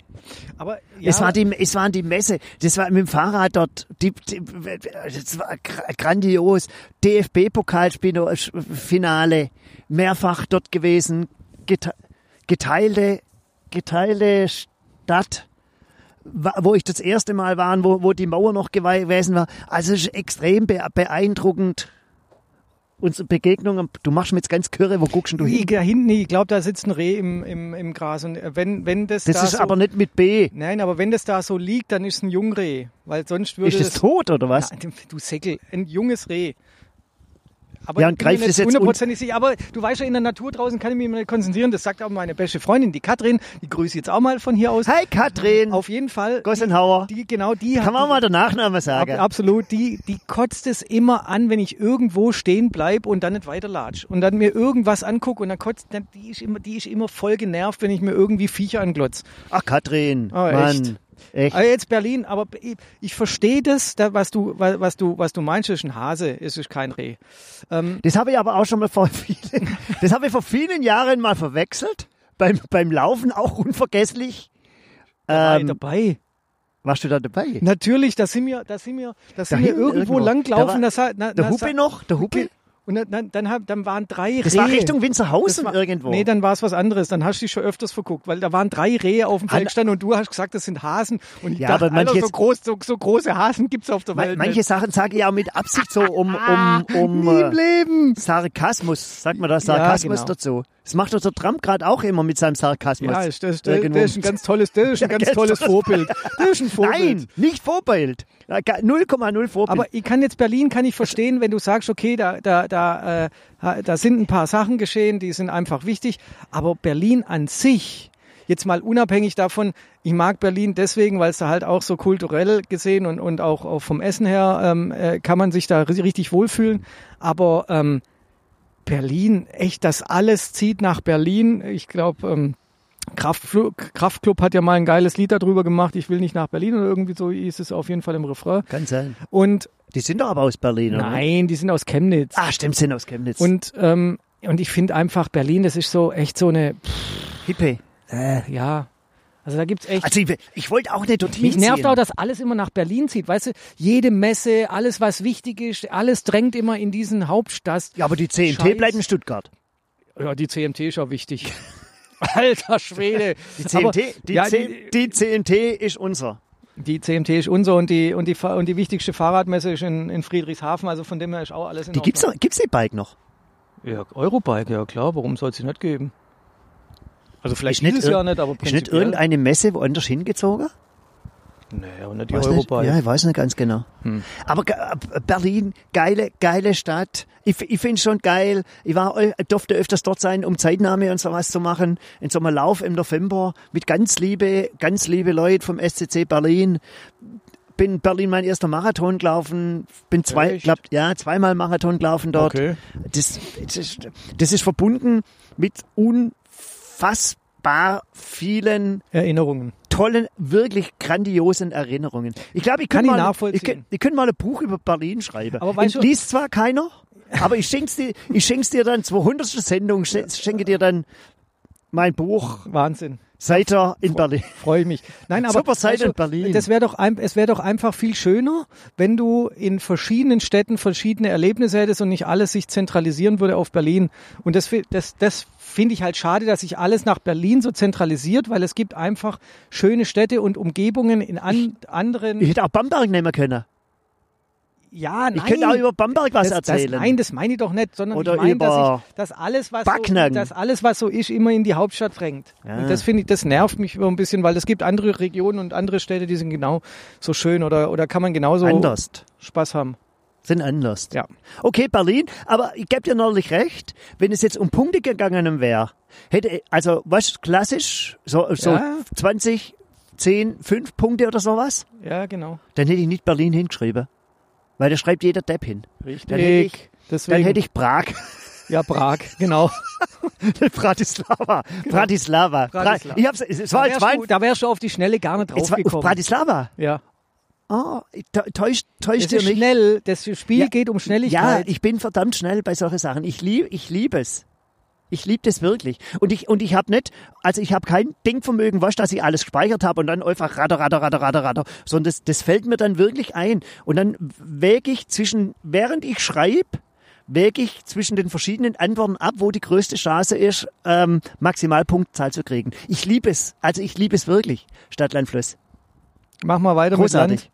Speaker 2: Aber, ja,
Speaker 1: es, war die, es war die Messe, das war mit dem Fahrrad dort, die, die, das war gra- grandios. DFB-Pokalfinale, mehrfach dort gewesen, gete, geteilte, geteilte Stadt, wa- wo ich das erste Mal war, und wo, wo die Mauer noch gewei- gewesen war. Also es ist extrem be- beeindruckend. Unsere Begegnungen, du machst mir jetzt ganz kirre, wo guckst denn du
Speaker 2: ich,
Speaker 1: hin?
Speaker 2: da hinten, ich glaube, da sitzt ein Reh im, im, im Gras. Und äh, wenn, wenn das,
Speaker 1: Das
Speaker 2: da
Speaker 1: ist
Speaker 2: so,
Speaker 1: aber nicht mit B.
Speaker 2: Nein, aber wenn das da so liegt, dann ist es ein Jungreh. Weil sonst würde
Speaker 1: Ist das
Speaker 2: das
Speaker 1: tot oder was?
Speaker 2: Ja, Du Säckel, ein junges Reh. Aber
Speaker 1: Ja, und
Speaker 2: ich bin
Speaker 1: greift
Speaker 2: mir
Speaker 1: es jetzt un-
Speaker 2: hundertprozentig sicher. Aber du weißt ja, in der Natur draußen kann ich mich immer nicht konzentrieren. Das sagt auch meine beste Freundin, die Katrin. Die grüße ich jetzt auch mal von hier aus.
Speaker 1: Hi Katrin!
Speaker 2: Auf jeden Fall.
Speaker 1: Gossenhauer.
Speaker 2: Die, genau, die
Speaker 1: Kann man auch mal den Nachnamen
Speaker 2: ab,
Speaker 1: sagen?
Speaker 2: absolut. Die, die kotzt es immer an, wenn ich irgendwo stehen bleib und dann nicht weiterlatsch und dann mir irgendwas angucke und dann kotzt, dann, die ist immer, die ist immer voll genervt, wenn ich mir irgendwie Viecher anglotz.
Speaker 1: Ach, Katrin.
Speaker 2: Ah,
Speaker 1: Mann. Echt?
Speaker 2: Aber jetzt Berlin, aber ich, ich verstehe das, da, was du, wa- was du, was du meinst, ist ein Hase, es ist kein Reh.
Speaker 1: Das habe ich aber auch schon mal vor vielen, das habe ich vor vielen Jahren mal verwechselt. Beim, beim Laufen auch unvergesslich.
Speaker 2: Dabei,
Speaker 1: Ähm,
Speaker 2: Ah, dabei.
Speaker 1: warst du da dabei?
Speaker 2: Natürlich, da sind wir, da sind wir, da sind wir
Speaker 1: hinten
Speaker 2: irgendwo
Speaker 1: irgendwo.
Speaker 2: langgelaufen.
Speaker 1: Da war-
Speaker 2: das hat- na-
Speaker 1: Der
Speaker 2: na-
Speaker 1: Huppe
Speaker 2: sa-
Speaker 1: noch? Der Huppe?
Speaker 2: Und dann, dann, dann, hab- dann waren drei
Speaker 1: Das
Speaker 2: Rehe.
Speaker 1: war Richtung
Speaker 2: Das
Speaker 1: Winzerhausen
Speaker 2: war-
Speaker 1: irgendwo.
Speaker 2: Nee, dann war es was anderes. Dann hast du dich schon öfters verguckt, weil da waren drei Rehe auf dem Feld gestanden und du hast gesagt, das sind Hasen. Und ich
Speaker 1: Ja,
Speaker 2: dachte,
Speaker 1: aber manche
Speaker 2: Alter, so,
Speaker 1: jetzt-
Speaker 2: groß, so, so große Hasen gibt's auf der
Speaker 1: Ma-
Speaker 2: Welt. nicht.
Speaker 1: Manche Sachen sage ich ja mit Absicht so, um,
Speaker 2: Ah,
Speaker 1: um, um
Speaker 2: nie im
Speaker 1: äh,
Speaker 2: Leben.
Speaker 1: Sarkasmus, sagt man da Sarkasmus
Speaker 2: genau.
Speaker 1: dazu. Das macht doch der Trump gerade auch immer mit seinem Sarkasmus.
Speaker 2: Ja, das, das, das,
Speaker 1: Irgendwo.
Speaker 2: das ist ein ganz tolles, das ist ein ganz
Speaker 1: ganz
Speaker 2: tolles
Speaker 1: tolles-
Speaker 2: Vorbild. Das ist ein Vorbild.
Speaker 1: Nein, nicht Vorbild. Ja, ga- 0,0 Vorbild.
Speaker 2: Aber ich kann jetzt Berlin kann ich verstehen, wenn du sagst, okay, da da da äh, ha- da sind ein paar Sachen geschehen, die sind einfach wichtig. Aber Berlin an sich jetzt mal unabhängig davon, ich mag Berlin deswegen, weil es da halt auch so kulturell gesehen und und auch, auch vom Essen her ähm, äh, kann man sich da ri- richtig wohlfühlen. Aber ähm, Berlin, echt, das alles zieht nach Berlin. Ich glaube. Ähm, Kraftflu- Kraftklub hat ja mal ein geiles Lied darüber gemacht, ich will nicht nach Berlin oder irgendwie so hieß es auf jeden Fall im Refrain.
Speaker 1: Kann sein.
Speaker 2: Und
Speaker 1: Die sind doch aber aus Berlin, oder?
Speaker 2: Nein, die sind aus Chemnitz.
Speaker 1: Ah, stimmt, sind aus Chemnitz.
Speaker 2: Und, ähm, und ich finde einfach, Berlin, das ist so echt so eine, pff,
Speaker 1: Hippe.
Speaker 2: ja. Also da gibt's echt.
Speaker 1: Also ich, ich wollte auch nicht dorthin
Speaker 2: mich nervt
Speaker 1: ziehen.
Speaker 2: auch, dass alles immer nach Berlin zieht. Weißt du, jede Messe, alles, was wichtig ist, alles drängt immer in diesen Hauptstadt.
Speaker 1: Ja, aber die CMT
Speaker 2: Scheiß.
Speaker 1: bleibt in Stuttgart.
Speaker 2: Ja, die CMT ist ja wichtig. Alter Schwede.
Speaker 1: Die CMT,
Speaker 2: Aber-
Speaker 1: die,
Speaker 2: ja,
Speaker 1: C, die CMT ist unser.
Speaker 2: Die CMT ist unser und die, und die, Fa- und die wichtigste Fahrradmesse ist in, in Friedrichshafen. Also von dem her ist auch alles in
Speaker 1: Die gibt's noch, gibt's die Bike noch?
Speaker 2: Ja, Eurobike, ja klar. Warum soll es sie nicht geben? Also vielleicht
Speaker 1: Ist nicht
Speaker 2: dieses
Speaker 1: ir-
Speaker 2: Jahr nicht, aber
Speaker 1: Ist nicht
Speaker 2: prinzipiell.
Speaker 1: irgendeine Messe woanders hingezogen?
Speaker 2: Nee, aber nicht die
Speaker 1: Weiß nicht.
Speaker 2: Eurobike.
Speaker 1: Ja, ich weiß nicht ganz genau.
Speaker 2: Hm.
Speaker 1: Aber ge- äh, Berlin, geile, geile Stadt. Ich, f- ich finde schon geil. Ich war, eu- durfte öfters dort sein, um Zeitnahme und sowas zu machen. In so einem Lauf im November mit ganz liebe, ganz liebe Leute vom SCC Berlin. bin in Berlin mein erster Marathon gelaufen, bin zwei,
Speaker 2: Echt?
Speaker 1: glaub, ja, zweimal Marathon gelaufen dort.
Speaker 2: Okay.
Speaker 1: Das, das, ist- das ist verbunden mit unfassbar vielen
Speaker 2: Erinnerungen.
Speaker 1: tollen, wirklich grandiosen Erinnerungen. Ich glaube, ich
Speaker 2: Kann
Speaker 1: könnte
Speaker 2: ich
Speaker 1: mal,
Speaker 2: nachvollziehen.
Speaker 1: ich, könnt- ich könnte mal ein Buch über Berlin schreiben.
Speaker 2: Aber
Speaker 1: Ich
Speaker 2: weißt du-
Speaker 1: liest zwar keiner, aber ich schenk's dir, ich schenk's dir dann 200. Sendung, schen- schenke dir dann mein Buch
Speaker 2: Wahnsinn.
Speaker 1: Seiter in Berlin.
Speaker 2: Freue ich mich. Nein, aber
Speaker 1: Super Seite
Speaker 2: weißt du,
Speaker 1: in Berlin.
Speaker 2: Das wäre doch ein, es wäre doch einfach viel schöner, wenn du in verschiedenen Städten verschiedene Erlebnisse hättest und nicht alles sich zentralisieren würde auf Berlin. Und das fi- das, das finde ich halt schade, dass sich alles nach Berlin so zentralisiert, weil es gibt einfach schöne Städte und Umgebungen in an, anderen.
Speaker 1: Ich hätte auch Bamberg nehmen können.
Speaker 2: ja, nein.
Speaker 1: Ich könnte auch über Bamberg was
Speaker 2: das, das,
Speaker 1: erzählen.
Speaker 2: nein, das meine ich doch nicht, sondern
Speaker 1: Oder
Speaker 2: ich meine, dass,
Speaker 1: über
Speaker 2: ich, dass, alles, was so,
Speaker 1: Backnang.
Speaker 2: dass alles, was so ist, immer in die Hauptstadt drängt.
Speaker 1: Ja.
Speaker 2: Und das finde ich, das nervt mich immer ein bisschen, weil es gibt andere Regionen und andere Städte, die sind genau so schön oder, oder kann man genauso
Speaker 1: Anders.
Speaker 2: Spaß haben.
Speaker 1: Sind anders.
Speaker 2: Ja.
Speaker 1: Okay, Berlin, aber ich geb dir natürlich recht, wenn es jetzt um Punkte gegangen wäre, hätte, also, was klassisch, so, so
Speaker 2: Ja.
Speaker 1: 20, 10, 5 Punkte oder sowas,
Speaker 2: Ja, genau.
Speaker 1: dann hätte ich nicht Berlin hingeschrieben. Weil da schreibt jeder Depp hin.
Speaker 2: Richtig.
Speaker 1: Dann hätte ich-
Speaker 2: Deswegen,
Speaker 1: Dann hätte ich Prag,
Speaker 2: ja, Prag, genau.
Speaker 1: Bratislava, Bratislava.
Speaker 2: Bratislava.
Speaker 1: Bra- Ich hab's, es
Speaker 2: Da
Speaker 1: war jetzt
Speaker 2: wärst, du,
Speaker 1: mein,
Speaker 2: da wärst du auf die Schnelle gar nicht
Speaker 1: es war auf
Speaker 2: draufgekommen.
Speaker 1: Bratislava.
Speaker 2: Ja.
Speaker 1: Oh, täuscht, täuscht
Speaker 2: Es
Speaker 1: täusch
Speaker 2: ist
Speaker 1: dir nicht.
Speaker 2: schnell, das Spiel
Speaker 1: Ja.
Speaker 2: geht um
Speaker 1: Ja,
Speaker 2: Schnelligkeit.
Speaker 1: ich bin verdammt schnell bei solchen Sachen. Ich lieb, ich lieb es. Ich lieb das wirklich. Und ich, und ich habe nicht, also ich habe kein Denkvermögen, was, dass ich alles gespeichert habe und dann einfach ratter, ratter, ratter, ratter, ratter. Sondern das, das fällt mir dann wirklich ein. Und dann wäge ich zwischen, während ich schreibe, wäge ich zwischen den verschiedenen Antworten ab, wo die größte Chance ist, ähm, Maximalpunktzahl zu kriegen. Ich liebe es. Also ich liebe es wirklich. Stadtlandfluss.
Speaker 2: Mach mal weiter
Speaker 1: Großartig.
Speaker 2: mit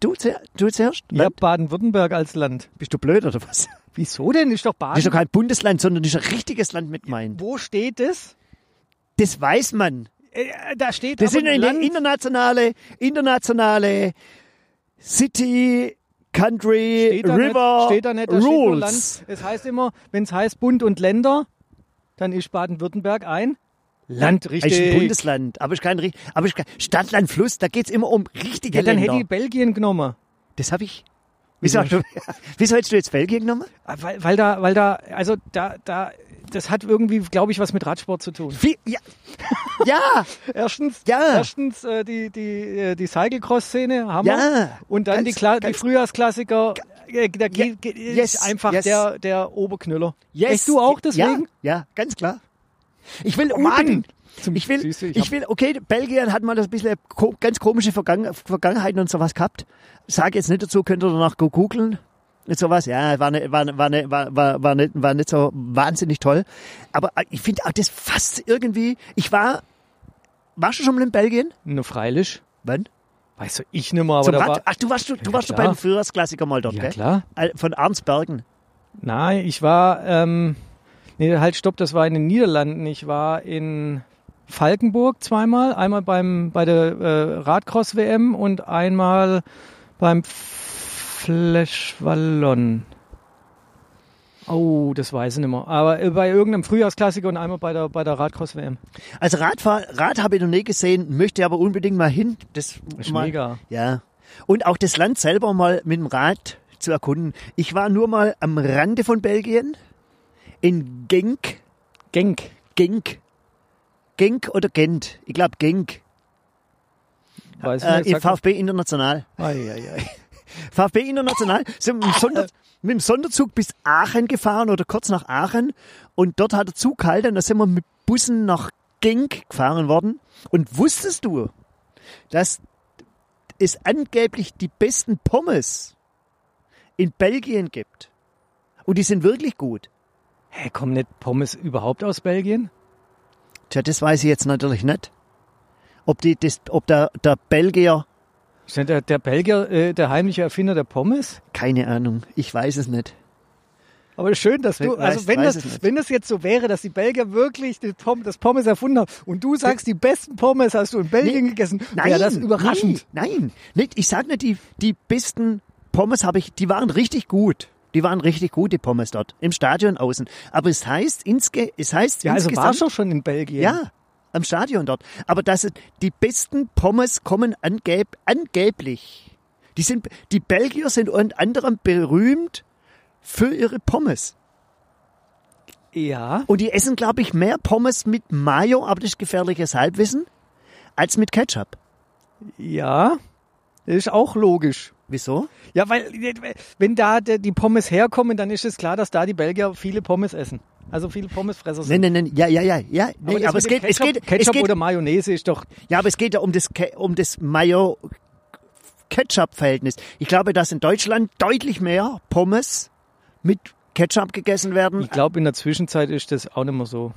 Speaker 1: Du, du, du zuerst?
Speaker 2: Land. Ja, Baden-Württemberg als Land.
Speaker 1: Bist du blöd oder was?
Speaker 2: Wieso denn? Ist doch Baden.
Speaker 1: Das ist doch kein Bundesland, sondern das ist ein richtiges Land mit Main.
Speaker 2: Wo steht es?
Speaker 1: Das weiß man.
Speaker 2: Äh, Da steht
Speaker 1: Das
Speaker 2: aber
Speaker 1: sind eine
Speaker 2: Land.
Speaker 1: internationale, internationale City, Country,
Speaker 2: steht da
Speaker 1: River
Speaker 2: nicht, steht da nicht, da Steht nur
Speaker 1: Rules.
Speaker 2: Land. Es heißt immer, wenn es heißt Bund und Länder, dann ist Baden-Württemberg ein Land, richtig.
Speaker 1: Ist ein Bundesland, aber ich kein, ri- aber ich kein Stadt, Land, Fluss. Da geht's immer um richtige
Speaker 2: ja, dann
Speaker 1: Länder.
Speaker 2: hätte ich Belgien genommen.
Speaker 1: das habe ich. Wieso, hast du, wieso hättest du jetzt Belgien genommen?
Speaker 2: Ah, Weil, weil da, weil da, also da, da, das hat irgendwie, glaube ich, was mit Radsport zu tun.
Speaker 1: Wie, ja, ja,
Speaker 2: Erstens,
Speaker 1: Ja.
Speaker 2: erstens äh, die, die, äh, die Cyclecross-Szene, Hammer.
Speaker 1: Ja.
Speaker 2: Und dann die,
Speaker 1: Ganz-
Speaker 2: Kla die
Speaker 1: ganz-
Speaker 2: Frühjahrsklassiker, äh, da ge- ge-
Speaker 1: yes,
Speaker 2: ist einfach
Speaker 1: yes.
Speaker 2: der, der Oberknüller.
Speaker 1: yes.
Speaker 2: Echt, du auch deswegen?
Speaker 1: Ja, ja ganz klar. Ich will
Speaker 2: Mann!
Speaker 1: unbedingt,
Speaker 2: Zum-
Speaker 1: Ich will,
Speaker 2: Siehst du, ich
Speaker 1: ich,
Speaker 2: hab-
Speaker 1: will, okay, Belgien hat mal das bisschen ko ganz komische Vergangen Vergangenheiten und sowas gehabt. Sag jetzt nicht dazu, könnt ihr danach go- googeln. Und sowas, ja, war, ne, war, ne, war, ne, war, war, war, nicht, war nicht so wahnsinnig toll. Aber äh, ich finde auch das fast irgendwie, ich war, warst du schon mal in Belgien?
Speaker 2: Nur freilich.
Speaker 1: Wann?
Speaker 2: Weißt du, ich nimmer, aber
Speaker 1: Zum
Speaker 2: da
Speaker 1: Rad?
Speaker 2: war,
Speaker 1: Ach, du warst, du, du
Speaker 2: Ja,
Speaker 1: warst schon
Speaker 2: klar.
Speaker 1: beim Führersklassiker mal dort,
Speaker 2: Ja,
Speaker 1: gell?
Speaker 2: klar.
Speaker 1: Äh, Von Arnsbergen.
Speaker 2: Nein, ich war, ähm, nee, halt, stopp, das war in den Niederlanden. Ich war in Falkenburg zweimal. Einmal beim, bei der äh, Radcross-WM und einmal beim Flash Wallon. Oh, das weiß ich nicht mehr. Aber äh, bei irgendeinem Frühjahrsklassiker und einmal bei der, bei der Radcross-WM.
Speaker 1: Also Radfahr Rad habe ich noch nie gesehen, möchte aber unbedingt mal hin. Das
Speaker 2: Ist
Speaker 1: mal,
Speaker 2: mega.
Speaker 1: Ja. Und auch das Land selber mal mit dem Rad zu erkunden. Ich war nur mal am Rande von Belgien in Genk,
Speaker 2: Genk.
Speaker 1: Genk, Genk oder Gent. Ich glaube Genk.
Speaker 2: Weiß
Speaker 1: Äh,
Speaker 2: ich
Speaker 1: in
Speaker 2: nicht. sag-
Speaker 1: VfB International.
Speaker 2: Ei, ei, ei.
Speaker 1: VfB International sind mit dem, Sonder, mit dem Sonderzug bis Aachen gefahren oder kurz nach Aachen und dort hat der Zug gehalten und da sind wir mit Bussen nach Genk gefahren worden. Und wusstest du, dass es angeblich die besten Pommes in Belgien gibt? Und die sind wirklich gut.
Speaker 2: Hä, kommen nicht Pommes überhaupt aus Belgien?
Speaker 1: Tja, das weiß ich jetzt natürlich nicht. Ob, die, das, ob der, der Belgier,
Speaker 2: Ist nicht der, der Belgier äh, der heimliche Erfinder der Pommes?
Speaker 1: keine Ahnung, ich weiß es nicht.
Speaker 2: Aber schön, dass du,
Speaker 1: Weiß-
Speaker 2: also wenn
Speaker 1: weiß
Speaker 2: das,
Speaker 1: es nicht.
Speaker 2: wenn das jetzt so wäre, dass die Belgier wirklich die Pom das Pommes erfunden haben und du sagst, die besten Pommes hast du in Belgien
Speaker 1: Nee.
Speaker 2: gegessen,
Speaker 1: Nein,
Speaker 2: wäre das überraschend.
Speaker 1: Nein, nein. Nicht, ich sag nicht, die, die besten Pommes habe ich, die waren richtig gut. Die waren richtig gute Pommes dort, im Stadion außen. Aber es heißt, insge es heißt
Speaker 2: Ja, also
Speaker 1: insgesamt,
Speaker 2: warst du schon in Belgien.
Speaker 1: ja, am Stadion dort. Aber dass es- die besten Pommes kommen angeb angeblich Die, sind, die Belgier sind unter anderem berühmt für ihre Pommes.
Speaker 2: Ja.
Speaker 1: Und die essen, glaube ich, mehr Pommes mit Mayo, aber das ist gefährliches Halbwissen, als mit Ketchup.
Speaker 2: Ja. Das ist auch logisch.
Speaker 1: Wieso?
Speaker 2: Ja, weil wenn da der- die Pommes herkommen, dann ist es klar, dass da die Belgier viele Pommes essen. Also viele Pommesfresser sind.
Speaker 1: Nein, nein, nein, ja, ja, ja, ja.
Speaker 2: Aber
Speaker 1: Nee,
Speaker 2: das
Speaker 1: aber
Speaker 2: mit
Speaker 1: es
Speaker 2: dem
Speaker 1: geht, es
Speaker 2: Ketchup-
Speaker 1: geht, es
Speaker 2: Ketchup
Speaker 1: geht,
Speaker 2: oder Mayonnaise ist doch.
Speaker 1: ja, aber es geht ja um das, Ke- um das Mayo Ketchup-Verhältnis. Ich glaube, dass in Deutschland deutlich mehr Pommes mit Ketchup gegessen werden.
Speaker 2: Ich glaube, in der Zwischenzeit ist das auch nicht mehr so.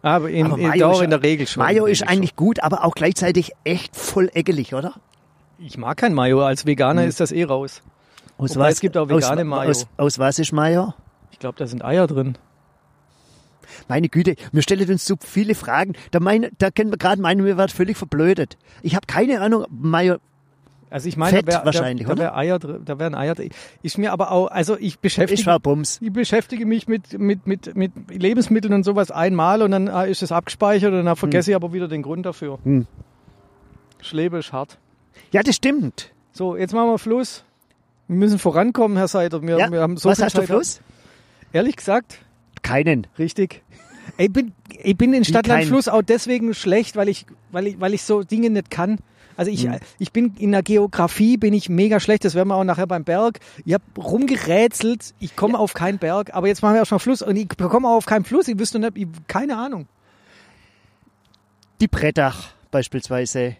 Speaker 2: Aber in,
Speaker 1: Aber
Speaker 2: in,
Speaker 1: Mayo
Speaker 2: doch,
Speaker 1: ist-
Speaker 2: in der Regel schon.
Speaker 1: Mayo
Speaker 2: In der
Speaker 1: ist
Speaker 2: Regel schon.
Speaker 1: eigentlich gut, aber auch gleichzeitig echt voll eckelig, oder?
Speaker 2: Ich mag kein Mayo. Als Veganer
Speaker 1: Hm.
Speaker 2: ist das eh raus.
Speaker 1: Aus
Speaker 2: Wobei es gibt auch vegane
Speaker 1: aus,
Speaker 2: Mayo.
Speaker 1: Aus, aus was ist Mayo?
Speaker 2: Ich glaube, da sind Eier drin.
Speaker 1: Meine Güte, wir stellen uns so viele Fragen. Da, meine, da können wir gerade meinen, wir werden völlig verblödet. Ich habe keine Ahnung, Mayo.
Speaker 2: Also ich meine,
Speaker 1: Fett
Speaker 2: da, wär,
Speaker 1: wahrscheinlich,
Speaker 2: da,
Speaker 1: oder?
Speaker 2: da, wär Eier, drin- da wären Eier drin. Ist mir aber auch, also ich beschäftige,
Speaker 1: Ich war Bums.
Speaker 2: ich beschäftige mich mit, mit, mit, mit Lebensmitteln und sowas einmal und dann äh, ist es abgespeichert und dann vergesse ich aber wieder den Grund dafür.
Speaker 1: Hm.
Speaker 2: Schlebe ist hart.
Speaker 1: Ja, das stimmt.
Speaker 2: So, jetzt machen wir Fluss. Wir müssen vorankommen, Herr Seidel. Wir,
Speaker 1: ja.
Speaker 2: wir haben so
Speaker 1: was
Speaker 2: viel
Speaker 1: hast du
Speaker 2: Zeit.
Speaker 1: Fluss?
Speaker 2: Ehrlich gesagt,
Speaker 1: Keinen.
Speaker 2: Richtig. Ich bin, ich bin in
Speaker 1: kein-
Speaker 2: Stadtlandfluss auch deswegen schlecht, weil ich, weil ich, weil ich so Dinge nicht kann. Also ich,
Speaker 1: Hm.
Speaker 2: ich bin in der Geografie bin ich mega schlecht. Das werden wir auch nachher beim Berg. Ich habe rumgerätselt. Ich komme auf keinen Berg. Aber jetzt machen wir erstmal Fluss und ich komme auch auf keinen Fluss. Ich wüsste nicht, ich, keine Ahnung.
Speaker 1: Die Brettach beispielsweise.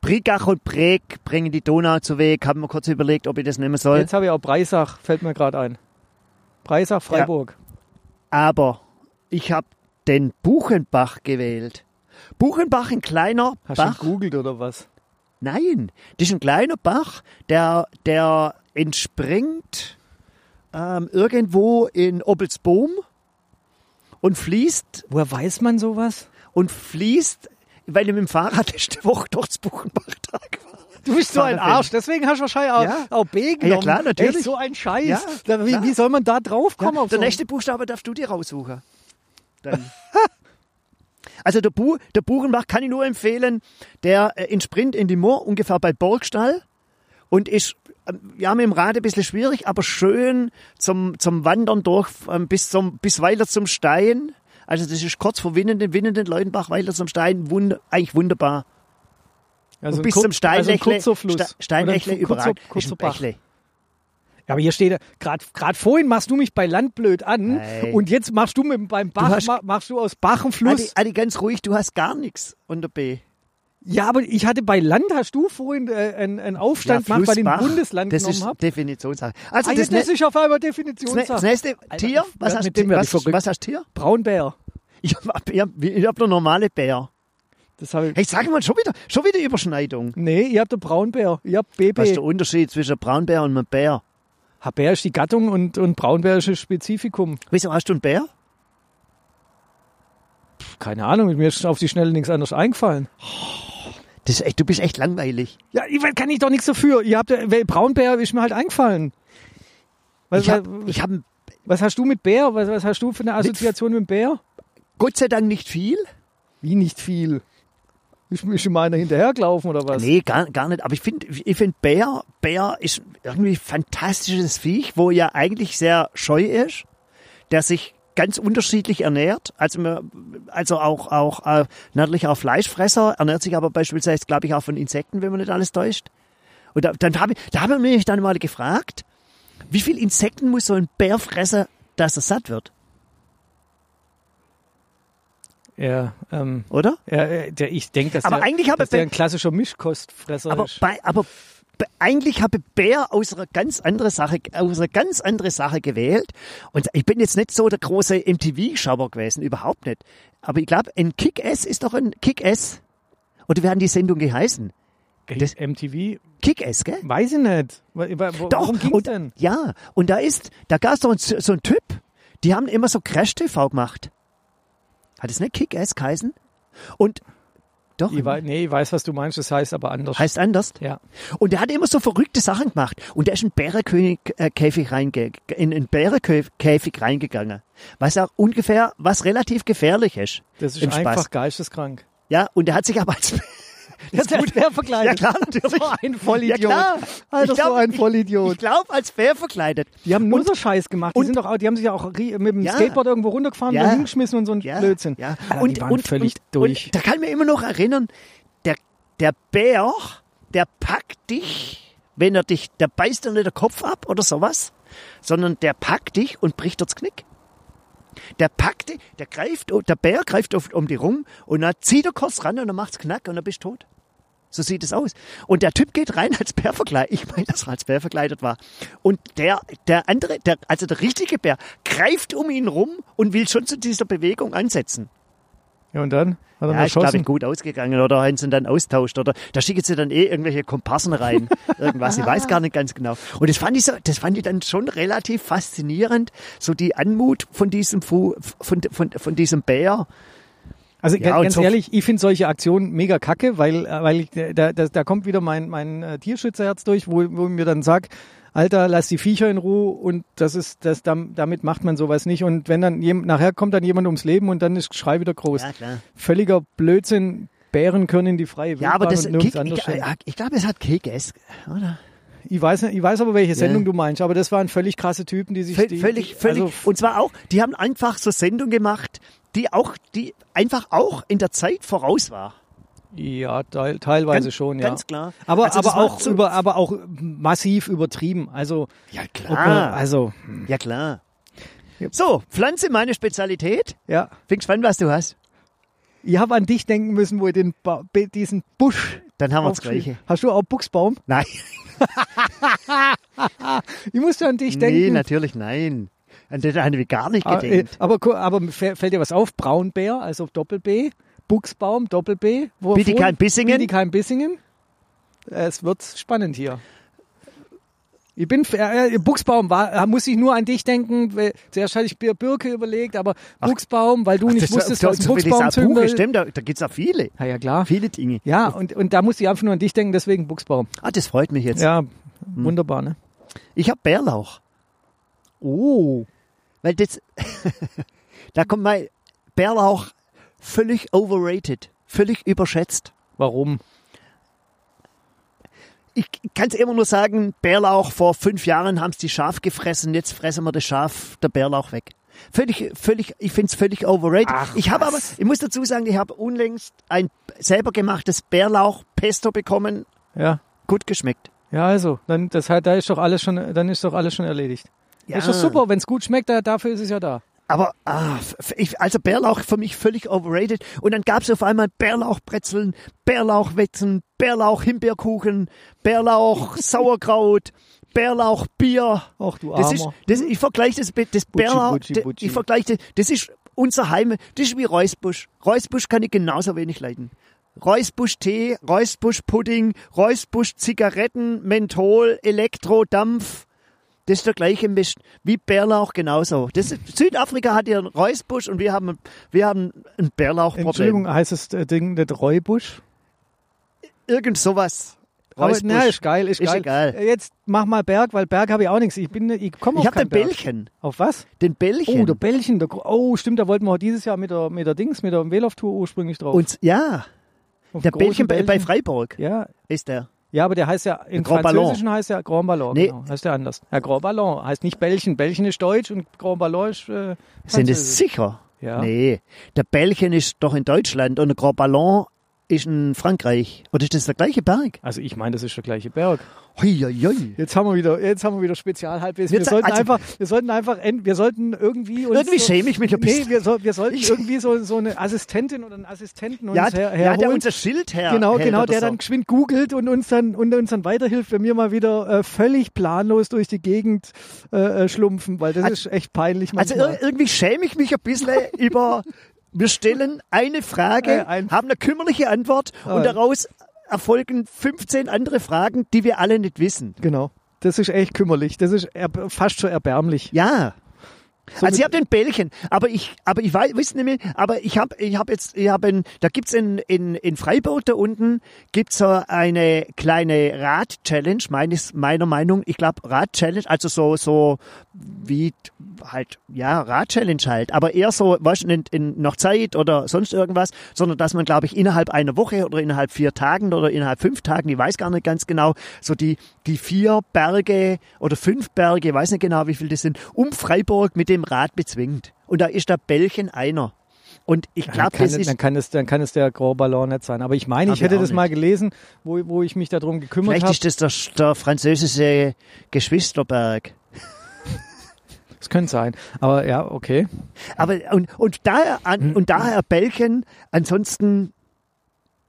Speaker 1: Brigach und Breg bringen die Donau zu Weg. Haben wir kurz überlegt, ob ich das nehmen soll.
Speaker 2: Jetzt habe ich auch Breisach. Fällt mir gerade ein. Breisach, Freiburg.
Speaker 1: Aber ich habe den Buchenbach gewählt. Buchenbach, ein kleiner
Speaker 2: Hast
Speaker 1: Bach.
Speaker 2: du gegoogelt oder was?
Speaker 1: Nein, das ist ein kleiner Bach, der, der entspringt ähm, irgendwo in Oppelsboom und fließt
Speaker 2: Woher weiß man sowas?
Speaker 1: und fließt, weil ich mit dem Fahrrad letzte Woche durchs Buchenbachtag war.
Speaker 2: Du bist so ein
Speaker 1: Fahrradfan.
Speaker 2: Arsch, deswegen hast du wahrscheinlich auch,
Speaker 1: Ja.
Speaker 2: auch B genommen.
Speaker 1: klar, natürlich.
Speaker 2: Echt so ein Scheiß.
Speaker 1: Ja,
Speaker 2: da, wie,
Speaker 1: klar.
Speaker 2: wie soll man da drauf kommen?
Speaker 1: Ja,
Speaker 2: auf
Speaker 1: der
Speaker 2: so einen-
Speaker 1: nächste Buchstabe darfst du dir raussuchen. Dann. also der, Bu der Buchenbach kann ich nur empfehlen, der äh, in Sprint in die Moor, ungefähr bei Borgstall und ist ähm, ja, mit dem Rad ein bisschen schwierig, aber schön zum, zum Wandern durch, ähm, bis, zum, bis weiter zum Stein. Also das ist kurz vor Winnenden, Winnenden, Leutenbach, weiter zum Stein, wund eigentlich wunderbar.
Speaker 2: also
Speaker 1: und
Speaker 2: ein
Speaker 1: bis
Speaker 2: Kur-
Speaker 1: zum Steinlechle,
Speaker 2: Also ein kurzer Fluss.
Speaker 1: Ste- Steinlechle
Speaker 2: Oder ein kurzer-
Speaker 1: überragend. Ist
Speaker 2: kurzer
Speaker 1: ein
Speaker 2: Bach.
Speaker 1: Bächle.
Speaker 2: Ja, aber hier steht, gerade vorhin machst du mich bei Land blöd an
Speaker 1: Hey.
Speaker 2: und jetzt machst du mit, beim Bach,
Speaker 1: hast- Ah,
Speaker 2: ma, machst du aus Bach einen
Speaker 1: Adi,
Speaker 2: Fluss.
Speaker 1: Adi, ganz ruhig, du hast gar nichts unter B.
Speaker 2: ja, aber ich hatte bei Land, hast du vorhin äh, einen, einen Aufstand gemacht, weil ich ein
Speaker 1: Flussbach,
Speaker 2: Bundesland
Speaker 1: das
Speaker 2: genommen
Speaker 1: ist
Speaker 2: habe.
Speaker 1: Definitionssache. Also
Speaker 2: Ah,
Speaker 1: das,
Speaker 2: jetzt
Speaker 1: ne
Speaker 2: das ist auf einmal
Speaker 1: das, ne das ne-
Speaker 2: Definitionssache.
Speaker 1: nächste Tier,
Speaker 2: ich-
Speaker 1: was
Speaker 2: ja,
Speaker 1: hast,
Speaker 2: mit dem werd ich
Speaker 1: was,
Speaker 2: verrückt.
Speaker 1: was hast Tier?
Speaker 2: Braunbär.
Speaker 1: Ich hab, ich hab, ich hab nur normale Bär.
Speaker 2: Das habe ich.
Speaker 1: Hey, sag mal, schon wieder, schon wieder Überschneidung.
Speaker 2: Nee, ihr habt den Braunbär. Ihr habt BB.
Speaker 1: Was ist der Unterschied zwischen Braunbär und einem Bär?
Speaker 2: Haber ist die Gattung und, und Braunbär ist das Spezifikum.
Speaker 1: Wieso hast du einen Bär?
Speaker 2: Keine Ahnung, mir ist auf die Schnelle nichts anderes eingefallen.
Speaker 1: Das ist echt, du bist echt langweilig.
Speaker 2: Ja, ich weiß, kann ich doch nichts dafür. Ihr habt, äh, weil Braunbär ist mir halt eingefallen. Was,
Speaker 1: Ich hab,
Speaker 2: was,
Speaker 1: ich hab einen-
Speaker 2: was hast du mit Bär? Was, was hast du für eine Assoziation mit, Bär?
Speaker 1: Gott sei Dank nicht viel.
Speaker 2: Wie nicht viel. Ist, ist ihm einer hinterhergelaufen oder was?
Speaker 1: Nee, gar, gar nicht. Aber ich finde, ich find Bär, Bär ist irgendwie ein fantastisches Viech, wo ja eigentlich sehr scheu ist, der sich ganz unterschiedlich ernährt. Also, mir- also auch, auch äh, natürlich auch Fleischfresser, ernährt sich aber beispielsweise, glaube ich, auch von Insekten, wenn man nicht alles täuscht. Und da, dann habe ich, da haben wir mich dann mal gefragt, wie viel Insekten muss so ein Bär fressen, dass er satt wird,
Speaker 2: Ja, ähm,
Speaker 1: oder?
Speaker 2: ja, äh, der, ich denke, dass,
Speaker 1: Aber
Speaker 2: der,
Speaker 1: eigentlich habe
Speaker 2: dass der
Speaker 1: ich-
Speaker 2: ein klassischer Mischkostfresser
Speaker 1: Aber,
Speaker 2: ist.
Speaker 1: bei, aber bei, eigentlich habe Bär aus einer ganz andere Sache, aus einer ganz andere Sache gewählt. Und ich bin jetzt nicht so der große MTV-Schauer gewesen, überhaupt nicht. Aber ich glaube, ein Kick-Ass ist doch ein Kick-Ass. Oder wie haben die Sendung geheißen?
Speaker 2: Äh,
Speaker 1: das-
Speaker 2: MTV?
Speaker 1: Kick-Ass, gell?
Speaker 2: Weiß ich nicht. Wa- wa- wo- Worum ging's
Speaker 1: und,
Speaker 2: denn?
Speaker 1: Ja, und da ist, da gab es doch so so einen Typ, die haben immer so Crash-TV gemacht. Hat es nicht Kick-Ass geheißen? Und doch,
Speaker 2: Ich weiß, nee, ich weiß, was du meinst. Das heißt aber anders.
Speaker 1: heißt anders.
Speaker 2: ja.
Speaker 1: Und der hat immer so verrückte Sachen gemacht. Und der ist in Bärenkönig äh, Käfig reinge in einen Bärenkäfig reingegangen. Was auch ungefähr, was relativ gefährlich ist.
Speaker 2: Das ist
Speaker 1: im
Speaker 2: einfach
Speaker 1: Spaß.
Speaker 2: geisteskrank.
Speaker 1: Ja, und der hat sich aber als, Das ist gut.
Speaker 2: der verkleidet.
Speaker 1: Ja, klar, natürlich.
Speaker 2: So ein Vollidiot.
Speaker 1: Ja, klar.
Speaker 2: Alter,
Speaker 1: Ich glaub,
Speaker 2: so ein
Speaker 1: ich-
Speaker 2: Vollidiot.
Speaker 1: Ich glaube, als fair verkleidet.
Speaker 2: die haben nur so Scheiß gemacht. Die,
Speaker 1: und-
Speaker 2: sind doch, auch- die haben sich ja auch ri- mit dem
Speaker 1: Ja.
Speaker 2: Skateboard irgendwo runtergefahren
Speaker 1: Ja.
Speaker 2: und hingeschmissen und so ein
Speaker 1: Ja,
Speaker 2: Blödsinn.
Speaker 1: Ja.
Speaker 2: Alter, die waren völlig
Speaker 1: und,
Speaker 2: durch.
Speaker 1: Und da kann ich mir immer noch erinnern, der, der Bär, der packt dich, wenn er dich, der beißt dir nicht den Kopf ab oder sowas, sondern der packt dich und bricht dir das Knick. Der packt dich, der greift, der Bär greift oft um die rum und dann zieht er kurz ran und dann macht's knack und dann bist du tot. So sieht es aus. Und der Typ geht rein als Bär verkleidet. Ich meine, dass er als Bär verkleidet war. Und der, der andere, der, also der richtige Bär, greift um ihn rum und will schon zu dieser Bewegung ansetzen.
Speaker 2: ja, und dann hat er
Speaker 1: Ja,
Speaker 2: noch
Speaker 1: ist, glaube ich,
Speaker 2: geschossen.
Speaker 1: gut ausgegangen oder haben sie ihn dann austauscht oder da schicken sie dann eh irgendwelche Komparsen rein. irgendwas, ich weiß gar nicht ganz genau. Und das fand ich so, das fand ich dann schon relativ faszinierend, so die Anmut von diesem, Fu, von, von, von diesem Bär.
Speaker 2: Also
Speaker 1: Ja,
Speaker 2: ga-
Speaker 1: und
Speaker 2: ganz
Speaker 1: so-
Speaker 2: ehrlich, ich finde solche Aktionen mega kacke, weil, äh, weil ich, da, da, da kommt wieder mein, mein äh, Tierschützerherz durch, wo, wo ich mir dann sag, Alter, lass die Viecher in Ruhe und das ist, das, dam- damit macht man sowas nicht. Und wenn dann jem, nachher kommt dann jemand ums Leben und dann ist Geschrei wieder groß.
Speaker 1: Ja, klar.
Speaker 2: Völliger Blödsinn. Bären können in die freie
Speaker 1: Ja, aber
Speaker 2: Wildbahn
Speaker 1: das,
Speaker 2: und nirgends
Speaker 1: Kick,
Speaker 2: anders
Speaker 1: ich,
Speaker 2: hin.
Speaker 1: ich glaube, es hat Kick-Esk, oder?
Speaker 2: Ich weiß, nicht- ich weiß aber, welche Sendung
Speaker 1: Ja.
Speaker 2: du meinst, aber das waren völlig krasse Typen, die sich
Speaker 1: Völ-
Speaker 2: die,
Speaker 1: völlig,
Speaker 2: die,
Speaker 1: völlig.
Speaker 2: Also,
Speaker 1: und zwar auch, die haben einfach so Sendung gemacht, die auch, die einfach auch in der Zeit voraus war.
Speaker 2: ja, teil, teilweise
Speaker 1: Ganz-
Speaker 2: schon, ja.
Speaker 1: ganz klar.
Speaker 2: Aber,
Speaker 1: Also das
Speaker 2: aber
Speaker 1: war
Speaker 2: auch
Speaker 1: zu-
Speaker 2: über, aber auch massiv übertrieben. Also,
Speaker 1: Ja,
Speaker 2: ob
Speaker 1: klar.
Speaker 2: man- also,
Speaker 1: ja, klar.
Speaker 2: Ja.
Speaker 1: So, Pflanze meine Spezialität.
Speaker 2: ja.
Speaker 1: Bin gespannt, was du hast.
Speaker 2: Ich habe an dich denken müssen, wo ich den, Ba- Be- diesen Busch.
Speaker 1: Dann haben wir das
Speaker 2: aufgeschrieben-
Speaker 1: Gleiche.
Speaker 2: Hast du auch Buchsbaum?
Speaker 1: Nein,
Speaker 2: Ich musste an dich
Speaker 1: nee,
Speaker 2: denken.
Speaker 1: natürlich nein. An den habe ich gar nicht
Speaker 2: Ah, äh,
Speaker 1: gedacht.
Speaker 2: aber, gu- aber mir fä- fällt dir was auf? Braunbär, also Doppel-B. Buchsbaum, Doppel-B. Wo
Speaker 1: Bietigheim,
Speaker 2: vorhin-
Speaker 1: Bissingen.
Speaker 2: Bietigheim, Bissingen. Äh, Es wird spannend hier. Ich bin, f- äh, äh, Buchsbaum war, äh, muss ich nur an dich denken. weil Zuerst hatte ich Bir- Birke überlegt, aber Buchsbaum, weil du nicht wusstest, was ein
Speaker 1: so viele Saarbuche,
Speaker 2: Buchsbaum
Speaker 1: Stimmt, da, da gibt es auch viele.
Speaker 2: Na ja, klar.
Speaker 1: Viele Dinge.
Speaker 2: Ja, und, und da musste ich einfach nur an dich denken, deswegen Buchsbaum.
Speaker 1: Ah, das freut mich jetzt.
Speaker 2: Ja, wunderbar, ne?
Speaker 1: Ich habe Bärlauch.
Speaker 2: Oh.
Speaker 1: Weil das, da kommt mein Bärlauch völlig overrated, völlig überschätzt.
Speaker 2: Warum?
Speaker 1: Ich kann es immer nur sagen, Bärlauch, vor fünf Jahren haben es die Schaf gefressen, jetzt fressen wir das Schaf, der Bärlauch weg. Völlig, völlig, ich finde es völlig overrated.
Speaker 2: Ach,
Speaker 1: ich habe aber,
Speaker 2: was.
Speaker 1: ich muss dazu sagen, ich habe unlängst ein selber gemachtes Bärlauch-Pesto bekommen,
Speaker 2: Ja.
Speaker 1: gut geschmeckt.
Speaker 2: Ja, also, dann, das, hat- da ist doch alles schon, dann ist doch alles schon erledigt.
Speaker 1: Ja.
Speaker 2: Ist doch super, wenn es gut schmeckt, da, dafür ist es ja da.
Speaker 1: Aber ah, f- ich, also Bärlauch für mich völlig overrated. Und dann gab's auf einmal Bärlauchbrezeln, Bärlauchwetzen, Bärlauch-Himbeerkuchen, Bärlauch-Sauerkraut, Bärlauchbier.
Speaker 2: Ach du
Speaker 1: Das ist,
Speaker 2: Armer.
Speaker 1: das, ich vergleiche das mit das Bärlauch.
Speaker 2: Butschi,
Speaker 1: de-
Speaker 2: Butschi.
Speaker 1: Ich vergleiche das, das ist unser Heim. Das ist wie Reusbusch. Reusbusch kann ich genauso wenig leiden. Reusbusch-Tee, Reusbusch-Pudding, Reusbusch-Zigaretten, Menthol, Elektrodampf. Das ist der gleiche Mist wie Bärlauch genauso. Das ist, Südafrika hat ihren Reusbusch und wir haben, wir haben ein Bärlauchproblem.
Speaker 2: Entschuldigung, heißt das äh, Ding der Treubusch?
Speaker 1: Irgend sowas.
Speaker 2: Aber,
Speaker 1: Reusbusch.
Speaker 2: na, ist geil, ist,
Speaker 1: Ist
Speaker 2: geil.
Speaker 1: egal.
Speaker 2: Äh, Jetzt mach mal Berg, weil Berg habe ich auch nichts. Ich bin, ich komme auf
Speaker 1: ich habe den
Speaker 2: keinen Berg.
Speaker 1: Bällchen.
Speaker 2: Auf was?
Speaker 1: Den Bällchen.
Speaker 2: Oh, der Bällchen. Der, Gro- oh, stimmt, da wollten wir auch dieses Jahr mit der, mit der Dings, mit der Wählertour ursprünglich drauf.
Speaker 1: und ja,
Speaker 2: auf
Speaker 1: der
Speaker 2: großen
Speaker 1: Bällchen bei, bei Freiburg
Speaker 2: Ja,
Speaker 1: ist der.
Speaker 2: Ja, aber der heißt ja, im
Speaker 1: Grand Ballon.
Speaker 2: Französischen heißt ja Grand Ballon,
Speaker 1: Nee.
Speaker 2: genau, heißt der anders. Ja, Grand Ballon heißt nicht Bällchen. Bällchen ist deutsch und Grand Ballon ist äh,
Speaker 1: Sind
Speaker 2: französisch.
Speaker 1: es sicher?
Speaker 2: Ja.
Speaker 1: Nee. Der Bällchen ist doch in Deutschland und der Grand Ballon ist in Frankreich. Oder ist das der gleiche Berg?
Speaker 2: Also ich meine, das ist der gleiche Berg.
Speaker 1: Hoi, hoi, hoi.
Speaker 2: Jetzt haben wir wieder, jetzt haben wir wieder Spezialhalbwissen.
Speaker 1: Wir
Speaker 2: Wir,
Speaker 1: ze-
Speaker 2: sollten
Speaker 1: also-
Speaker 2: einfach, wir sollten einfach, end, wir sollten irgendwie uns
Speaker 1: Irgendwie
Speaker 2: so,
Speaker 1: schäme ich mich ein
Speaker 2: Nee,
Speaker 1: bisschen.
Speaker 2: wir, soll, wir sollten irgendwie so, so eine Assistentin oder einen Assistenten uns
Speaker 1: ja,
Speaker 2: her,
Speaker 1: ja,
Speaker 2: herholen.
Speaker 1: der unser Schild her.
Speaker 2: genau,
Speaker 1: hält
Speaker 2: genau,
Speaker 1: oder
Speaker 2: der
Speaker 1: so.
Speaker 2: dann geschwind googelt und uns dann, und uns dann weiterhilft, wenn wir mal wieder äh, völlig planlos durch die Gegend äh, äh, schlumpfen, weil das ist echt peinlich
Speaker 1: Also
Speaker 2: manchmal.
Speaker 1: ir irgendwie schäme ich mich ein bisschen äh, über, wir stellen eine Frage,
Speaker 2: Äh, ein-
Speaker 1: haben eine kümmerliche Antwort
Speaker 2: Ah.
Speaker 1: und daraus erfolgen 15 andere Fragen, die wir alle nicht wissen.
Speaker 2: Genau. Das ist echt kümmerlich. Das ist erb- fast schon erbärmlich.
Speaker 1: Ja, also
Speaker 2: So mit-
Speaker 1: ich habe den Bällchen, aber ich, aber ich weiß, weiß nicht mehr, aber ich habe ich hab jetzt, ich hab in, da gibt's in, in, in Freiburg da unten, gibt's so eine kleine Rad-Challenge, meines, meiner Meinung, ich glaube Rad-Challenge, also so, so wie t- halt, ja, Rad-Challenge halt, aber eher so, weißt du, in, in noch Zeit oder sonst irgendwas, sondern dass man, glaube ich, innerhalb einer Woche oder innerhalb vier Tagen oder innerhalb fünf Tagen, ich weiß gar nicht ganz genau, so die, die vier Berge oder fünf Berge, ich weiß nicht genau, wie viel das sind, um Freiburg mit dem Rad bezwingt. Und da ist der Bällchen einer. Und ich
Speaker 2: Dann
Speaker 1: glaube,
Speaker 2: kann,
Speaker 1: das
Speaker 2: es,
Speaker 1: ist,
Speaker 2: dann, kann es, dann kann es der graue Ballon nicht sein. Aber ich meine,
Speaker 1: Hab
Speaker 2: ich
Speaker 1: ich
Speaker 2: hätte
Speaker 1: auch
Speaker 2: das mal
Speaker 1: nicht.
Speaker 2: gelesen, wo, wo ich mich darum gekümmert
Speaker 1: vielleicht
Speaker 2: habe.
Speaker 1: ist das der, der französische Geschwisterberg.
Speaker 2: Es könnte sein. Aber ja, okay.
Speaker 1: Aber und, und daher an, und daher Belgien, ansonsten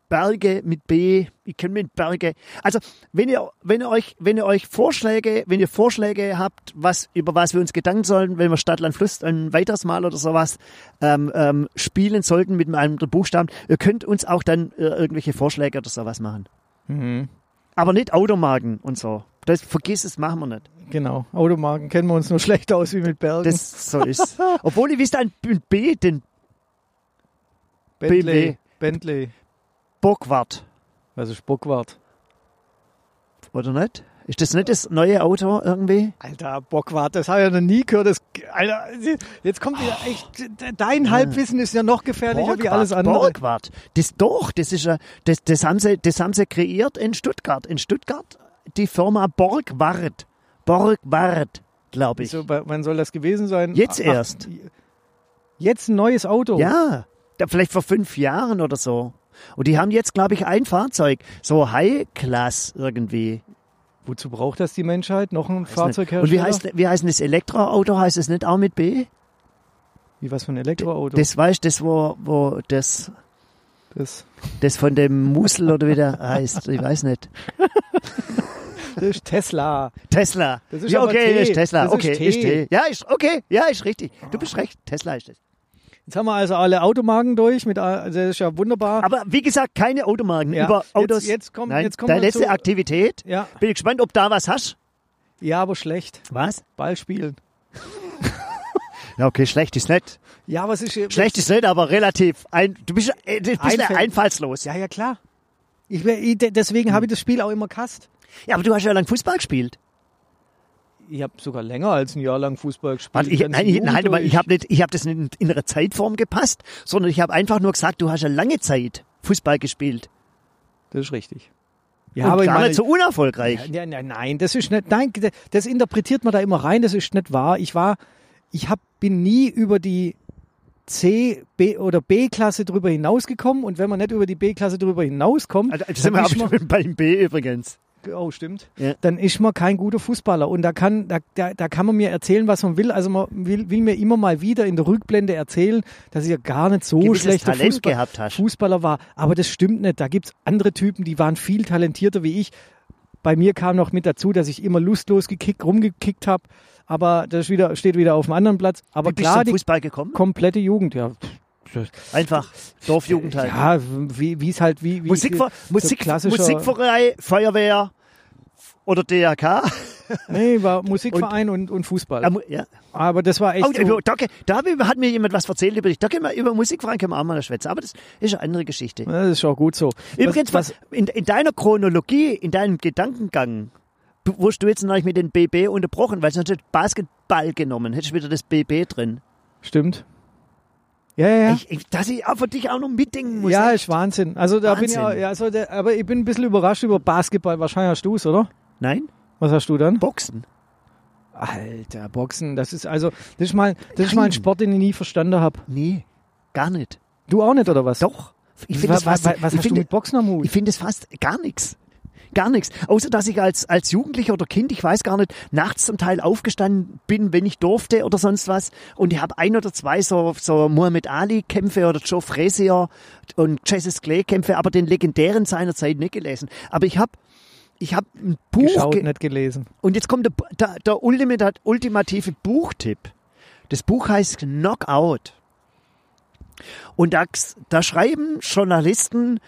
Speaker 1: Berge mit B, ich kenne mit Berge. Also wenn ihr, wenn ihr euch, wenn ihr euch Vorschläge, wenn ihr Vorschläge habt, was, über was wir uns Gedanken sollen, wenn wir Stadt, Land, Fluss ein weiteres Mal oder sowas ähm, ähm, spielen sollten mit einem der Buchstaben, ihr könnt uns auch dann äh, irgendwelche Vorschläge oder sowas machen.
Speaker 2: Mhm.
Speaker 1: Aber nicht Automarken und so. Das vergiss es, machen wir nicht.
Speaker 2: Genau. Automarken kennen wir uns nur schlecht aus wie mit Bergen.
Speaker 1: Das so ist. Obwohl ich wisst ein B, den BMW.
Speaker 2: Bentley. Bentley.
Speaker 1: Bockwart.
Speaker 2: Also Spockwart.
Speaker 1: Oder nicht? Ist das nicht das neue Auto irgendwie?
Speaker 2: Alter, Bockwart, das habe ich ja noch nie gehört. Das, Alter, jetzt kommt wieder echt. Dein Halbwissen ist Oh. ja noch gefährlicher wie alles andere.
Speaker 1: Borgward. Das doch, das ist ja, das, das haben sie, das haben sie kreiert in Stuttgart. In Stuttgart die Firma Borgward. Borgward, glaube ich.
Speaker 2: So, bei- wann soll das gewesen sein?
Speaker 1: Jetzt
Speaker 2: Ach,
Speaker 1: erst.
Speaker 2: Jetzt ein neues Auto.
Speaker 1: Ja, da vielleicht vor fünf Jahren oder so. Und die haben jetzt, glaube ich, ein Fahrzeug. So High-Class irgendwie.
Speaker 2: Wozu braucht das die Menschheit? Noch ein
Speaker 1: Weiß nicht.
Speaker 2: Fahrzeughersteller?
Speaker 1: Und wie heißt, wie heißt denn das Elektroauto? Heißt es nicht auch mit B?
Speaker 2: Wie was für ein Elektroauto?
Speaker 1: Das weißt du, das, wo, wo das,
Speaker 2: Das,
Speaker 1: das von dem Musel oder wie der heißt. Ich weiß nicht.
Speaker 2: das ist Tesla.
Speaker 1: Tesla.
Speaker 2: Das ist
Speaker 1: ja,
Speaker 2: aber
Speaker 1: okay,
Speaker 2: Tee.
Speaker 1: ist Tesla.
Speaker 2: Das ist
Speaker 1: okay,
Speaker 2: Tee.
Speaker 1: ist Tee. Ja, ist okay, ja, ist richtig. Du bist recht, Tesla ist es.
Speaker 2: Jetzt haben wir also alle Automarken durch. Mit, all- also das ist ja wunderbar.
Speaker 1: Aber wie gesagt, keine Automarken
Speaker 2: Ja.
Speaker 1: über
Speaker 2: Jetzt-
Speaker 1: Autos.
Speaker 2: jetzt kommt-
Speaker 1: Nein,
Speaker 2: jetzt kommt
Speaker 1: deine
Speaker 2: man
Speaker 1: letzte
Speaker 2: zu-
Speaker 1: Aktivität.
Speaker 2: ja,
Speaker 1: Bin ich gespannt, ob da was hast.
Speaker 2: ja, aber schlecht.
Speaker 1: Was?
Speaker 2: Ball spielen.
Speaker 1: Ja, okay, schlecht ist nicht.
Speaker 2: Ja, was ist hier?
Speaker 1: Schlecht ist nicht, aber relativ. Ein, du bist äh, ein bisschen
Speaker 2: Einfältig.
Speaker 1: einfallslos. Ja.
Speaker 2: Ja, ja, klar. Ich, wär- ich, de- deswegen habe ich das Spiel auch immer kast.
Speaker 1: aber du hast ja lang Fußball gespielt.
Speaker 2: Ich habe sogar länger als ein Jahr lang Fußball gespielt.
Speaker 1: Warte, ich,
Speaker 2: Die ganze
Speaker 1: nein, ich,
Speaker 2: Jugend
Speaker 1: nein,
Speaker 2: durch.
Speaker 1: ich habe hab das nicht in innere Zeitform gepasst, sondern ich habe einfach nur gesagt, du hast ja lange Zeit Fußball gespielt.
Speaker 2: Das ist richtig.
Speaker 1: und
Speaker 2: aber ich
Speaker 1: gar
Speaker 2: meine-
Speaker 1: nicht so unerfolgreich.
Speaker 2: Ja, nein, nein, das ist nicht, nein, das interpretiert man da immer rein, das ist nicht wahr. Ich war, ich hab, bin nie über die C B oder B-Klasse drüber hinausgekommen und wenn man nicht über die B-Klasse drüber hinauskommt,
Speaker 1: Also, das sind
Speaker 2: dann,
Speaker 1: wir
Speaker 2: ist man,
Speaker 1: absolut beim B übrigens.
Speaker 2: oh, stimmt,
Speaker 1: Ja.
Speaker 2: dann ist man kein guter Fußballer und da kann, da, da, da kann man mir erzählen, was man will. Also man will, will mir immer mal wieder in der Rückblende erzählen, dass ich ja gar nicht so
Speaker 1: Gewisses
Speaker 2: schlechter
Speaker 1: Talent
Speaker 2: Fußball,
Speaker 1: gehabt hast.
Speaker 2: Fußballer war. Aber das stimmt nicht. Da gibt's andere Typen, die waren viel talentierter wie ich. Bei mir kam noch mit dazu, dass ich immer lustlos gekickt, rumgekickt habe. Aber das ist wieder, steht wieder auf dem anderen Platz. Aber
Speaker 1: Wie bist
Speaker 2: klar,
Speaker 1: du zum
Speaker 2: die
Speaker 1: Fußball gekommen?
Speaker 2: komplette Jugend, ja.
Speaker 1: Einfach Dorfjugend halt.
Speaker 2: Ja, wie wie es halt, wie, wie
Speaker 1: Musik,
Speaker 2: so
Speaker 1: Musik,
Speaker 2: klassischer-
Speaker 1: Musikverein, Feuerwehr oder DRK.
Speaker 2: Äh, Nee, war Musikverein und, und Fußball.
Speaker 1: Ja, mu- ja.
Speaker 2: Aber das war echt.
Speaker 1: Oh,
Speaker 2: so,
Speaker 1: über, da, ge- da hab ich- hat mir jemand was erzählt über dich. Da können wir, über Musikverein können wir auch mal schwätzen. Aber das ist eine andere Geschichte.
Speaker 2: das ist auch gut so.
Speaker 1: Übrigens,
Speaker 2: was,
Speaker 1: was, in, in deiner Chronologie, in deinem Gedankengang, du- wurdest du jetzt natürlich mit den BB unterbrochen, weil sonst hätte ich Basketball genommen, hättest du wieder das BB drin.
Speaker 2: Stimmt. Ja, ja, ja.
Speaker 1: Ich, ich, dass ich auch für dich auch noch mitdenken muss. ne?
Speaker 2: ja, ist Wahnsinn. Also da bin ich auch,
Speaker 1: Wahnsinn.
Speaker 2: ja, also der, aber ich bin ein bisschen überrascht über Basketball. Wahrscheinlich hast du es, oder?
Speaker 1: Nein?
Speaker 2: Was hast du dann?
Speaker 1: Boxen.
Speaker 2: Alter, Boxen, das ist also, das ist mal, das ist mal
Speaker 1: Nein.
Speaker 2: ein Sport, den ich nie verstanden habe.
Speaker 1: Nee, gar nicht.
Speaker 2: Du auch nicht, oder was?
Speaker 1: Doch. Ich finde
Speaker 2: Wa-
Speaker 1: das
Speaker 2: wa-
Speaker 1: fast,
Speaker 2: wa- was
Speaker 1: ich
Speaker 2: hast du
Speaker 1: finde-
Speaker 2: mit Boxen am Hut?
Speaker 1: ich finde es fast gar nichts. Gar nichts. Außer, dass ich als, als Jugendlicher oder Kind, ich weiß gar nicht, nachts zum Teil aufgestanden bin, wenn ich durfte oder sonst was. Und ich habe ein oder zwei so, so Muhammad Ali-Kämpfe oder Joe Frazier und Jesus Clay-Kämpfe, aber den legendären seiner Zeit nicht gelesen. Aber ich habe ich hab ein Buch
Speaker 2: Geschaut, ne?
Speaker 1: ge-
Speaker 2: nicht gelesen.
Speaker 1: und jetzt kommt der, Bu- der, der ultimate- ultimative Buchtipp. Das Buch heißt Knockout. Und da, da schreiben Journalisten